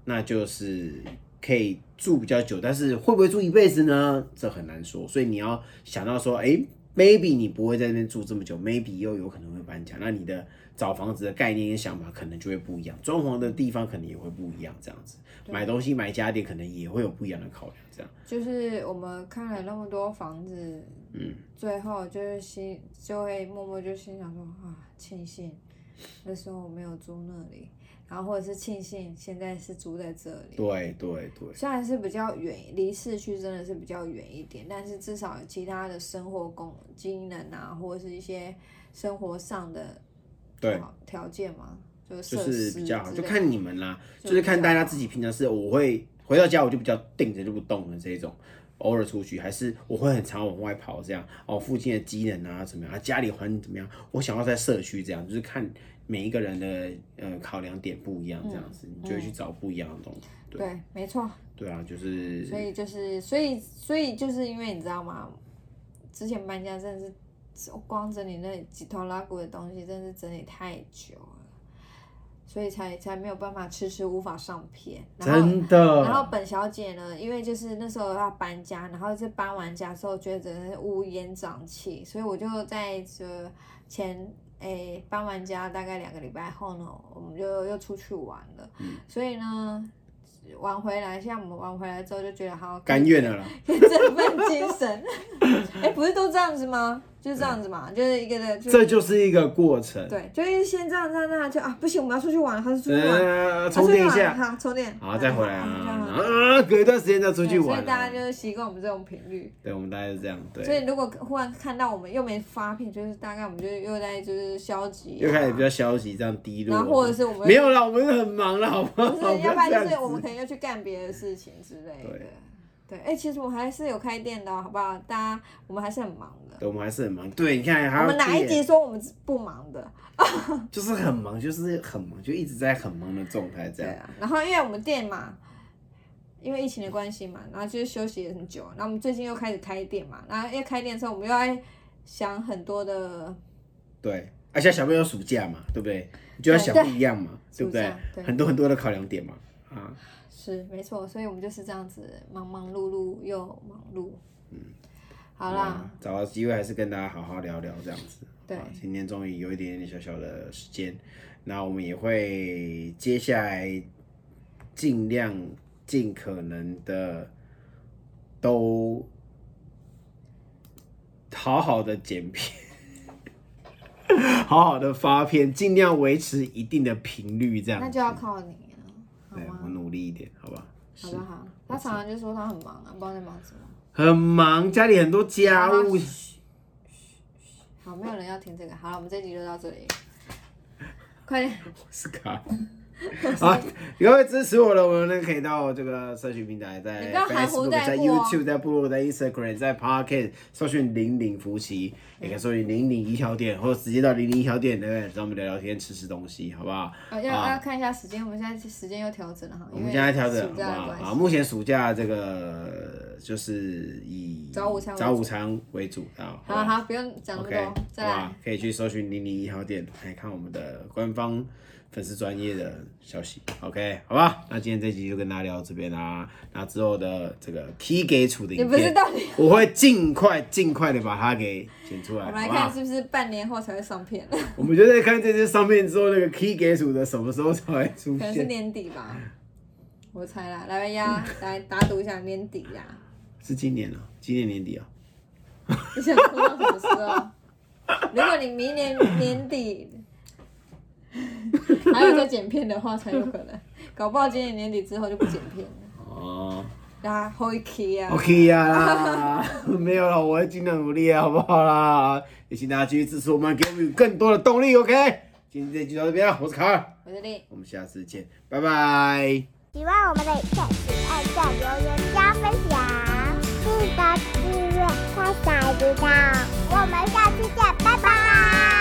[SPEAKER 1] 那就是可以住比较久。但是会不会住一辈子呢？这很难说，所以你要想到说，哎、m a y b e 你不会在那边住这么久，maybe 又有可能会搬家，那你的找房子的概念跟想法可能就会不一样，装潢的地方可能也会不一样，这样子，买东西买家电可能也会有不一样的考量，这样，
[SPEAKER 2] 就是我们看了那么多房子，
[SPEAKER 1] 嗯，
[SPEAKER 2] 最后就是心就会默默就心想说啊，庆幸那时候我没有住那里，然后或者是庆幸现在是住在这里。
[SPEAKER 1] 对对对，
[SPEAKER 2] 虽然是比较远，离市区真的是比较远一点，但是至少其他的生活功机能啊，或者是一些生活上的
[SPEAKER 1] 对
[SPEAKER 2] 条条件嘛，就是
[SPEAKER 1] 就
[SPEAKER 2] 设
[SPEAKER 1] 是
[SPEAKER 2] 施
[SPEAKER 1] 比较好，
[SPEAKER 2] 之
[SPEAKER 1] 就
[SPEAKER 2] 类
[SPEAKER 1] 看你们啦，
[SPEAKER 2] 就
[SPEAKER 1] 就是看
[SPEAKER 2] 比较
[SPEAKER 1] 大家
[SPEAKER 2] 好
[SPEAKER 1] 自己平常是，我会回到家我就比较定着就不动了这一种，偶尔出去还是我会很常往外跑这样，哦，附近的机能啊怎么样，啊家里环境怎么样，我想要在社区这样，就是看每一个人的呃考量点不一样这样
[SPEAKER 2] 嗯
[SPEAKER 1] 子，你就会去找不一样的东西，对
[SPEAKER 2] 对，没错。
[SPEAKER 1] 对啊，就是
[SPEAKER 2] 所以就是，所以所以就是因为你知道吗？之前搬家真的是光整理那几头拉骨的东西，真的是整理太久了，所以才才没有办法迟迟无法上片。然后
[SPEAKER 1] 真的，
[SPEAKER 2] 然后本小姐呢，因为就是那时候要搬家，然后是搬完家之后觉得真的是乌烟瘴气，所以我就在这前诶、搬完家大概两个礼拜后呢，我们就又出去玩了。
[SPEAKER 1] 嗯
[SPEAKER 2] 所以呢，玩回来，像我们玩回来之后就觉得好
[SPEAKER 1] 甘愿了啦，
[SPEAKER 2] 有这份精神。 哎、不是都这样子吗？就是这样子嘛，就是一个的，就
[SPEAKER 1] 这就是一个过程，
[SPEAKER 2] 对，就是先这样这样这样，就啊不行，我们要出去玩，还是出去玩，
[SPEAKER 1] 呃，充电一
[SPEAKER 2] 还是出去玩
[SPEAKER 1] 下，
[SPEAKER 2] 好充电，
[SPEAKER 1] 好再回来
[SPEAKER 2] 好这样
[SPEAKER 1] 啊，
[SPEAKER 2] 好
[SPEAKER 1] 啊，隔一段时间再出去
[SPEAKER 2] 对
[SPEAKER 1] 玩
[SPEAKER 2] 所
[SPEAKER 1] 啊，
[SPEAKER 2] 以大家就是习惯我们这种频率。
[SPEAKER 1] 对，我们大概是这样，对，
[SPEAKER 2] 所以如果忽然看到我们又没发片，就是大概我们就又在就是消极、啊，
[SPEAKER 1] 又开始比较消极，这样低落。
[SPEAKER 2] 然后或者是我们
[SPEAKER 1] 没有啦，我们是很忙啦，好不好？
[SPEAKER 2] 不是，要
[SPEAKER 1] 这
[SPEAKER 2] 不然
[SPEAKER 1] 样
[SPEAKER 2] 就
[SPEAKER 1] 子
[SPEAKER 2] 是我们可能又去干别的事情之类的
[SPEAKER 1] 对。
[SPEAKER 2] 对，哎、其实我们还是有开店的哦，好不好？大家我们还是很忙的。
[SPEAKER 1] 对，我们还是很忙。对，你看，还
[SPEAKER 2] 我
[SPEAKER 1] 要
[SPEAKER 2] 们哪一集
[SPEAKER 1] 接
[SPEAKER 2] 说我们不忙的？
[SPEAKER 1] 就是很忙，就是很忙，就一直在很忙的状态这
[SPEAKER 2] 对
[SPEAKER 1] 样。
[SPEAKER 2] 啊，然后因为我们店嘛，因为疫情的关系嘛，然后就是休息也很久，然后我们最近又开始开店嘛，然后要开店之后，我们又要想很多的
[SPEAKER 1] 对，而且小朋友暑假嘛，对不对？你就要想
[SPEAKER 2] 对
[SPEAKER 1] 不一样嘛，对不
[SPEAKER 2] 暑
[SPEAKER 1] 对
[SPEAKER 2] 假？对
[SPEAKER 1] 很多很多的考量点嘛，啊，
[SPEAKER 2] 是没错，所以我们就是这样子忙忙碌碌又忙碌。嗯，好啦，，
[SPEAKER 1] 找到机会还是跟大家好好聊聊这样子。
[SPEAKER 2] 对
[SPEAKER 1] 啊，今天终于有一点点小小的时间，那我们也会接下来尽量尽可能的都好好的剪片， 好好的发片，尽量维持一定的频率这样子。
[SPEAKER 2] 那就要靠你了，好
[SPEAKER 1] 对我
[SPEAKER 2] 吗？
[SPEAKER 1] 努力一点，好吧？
[SPEAKER 2] 好不好？他常常就说他很忙啊，不知道在忙什么。
[SPEAKER 1] 很忙，家里很多家
[SPEAKER 2] 好
[SPEAKER 1] 务
[SPEAKER 2] 吧。好，没有人要听这个。好了，我们这集就到这里，快点。
[SPEAKER 1] 是卡。 啊！如果支持我的，我们可以到这个社群平台，在
[SPEAKER 2] 你不要含糊
[SPEAKER 1] Facebook、
[SPEAKER 2] 带
[SPEAKER 1] 在
[SPEAKER 2] 过哦
[SPEAKER 1] YouTube、在部落、在 Instagram、在 Pocket 搜寻零零夫妻，也可以搜寻零零一小店，或者直接到零零一小店，对不对？找我们聊聊天，吃吃东西，好不好？
[SPEAKER 2] 啊，要
[SPEAKER 1] 啊
[SPEAKER 2] 要看一下时间，我们现在时间又调整了哈，
[SPEAKER 1] 我
[SPEAKER 2] 因
[SPEAKER 1] 们
[SPEAKER 2] 为
[SPEAKER 1] 现在调整好
[SPEAKER 2] 暑
[SPEAKER 1] 不
[SPEAKER 2] 假的
[SPEAKER 1] 好？啊，
[SPEAKER 2] 关系。
[SPEAKER 1] 目前暑假这个就是以
[SPEAKER 2] 早午餐为主
[SPEAKER 1] 早午餐为主啊，不
[SPEAKER 2] 好好，不用讲那么
[SPEAKER 1] OK，
[SPEAKER 2] 多，再
[SPEAKER 1] 哇
[SPEAKER 2] 来。，
[SPEAKER 1] 可以去搜寻零零一号店来看我们的官方粉丝专业的消息。OK，好吧，那今天这集就跟大家聊到这边啦。那之后的这个 T 给处的
[SPEAKER 2] 你
[SPEAKER 1] 影
[SPEAKER 2] 不是
[SPEAKER 1] 片，
[SPEAKER 2] 到底？
[SPEAKER 1] 我会尽快尽快的把它给剪出来，好
[SPEAKER 2] 我们来
[SPEAKER 1] 不
[SPEAKER 2] 看
[SPEAKER 1] 好？
[SPEAKER 2] 是不是半年后才会上 片，可
[SPEAKER 1] 我们就在看这支上面之后，那个 T 给处的什么时候才会出
[SPEAKER 2] 能是
[SPEAKER 1] 现？
[SPEAKER 2] 年底吧，我猜啦。来吧呀， 来打赌一下年底呀，
[SPEAKER 1] 是今年啊，今年年底啊。
[SPEAKER 2] 你想拖到什么时候？如果你明年年底还有在剪片的话，才有可能。搞不好今年年底之后就不剪片了，
[SPEAKER 1] 哦
[SPEAKER 2] 然后后一期啊。
[SPEAKER 1] ，OK 呀啦，没有了，我会尽量努力啊，好不好啦？也请大家继续支持我们，给我们有更多的动力，OK？今天这集就到这边了，我是卡尔。
[SPEAKER 2] 我这里。
[SPEAKER 1] 我们下次见，拜拜。
[SPEAKER 3] 喜欢我们的影片，请按赞、留言、加分享，记得订阅、开小铃铛。我们下期见，拜拜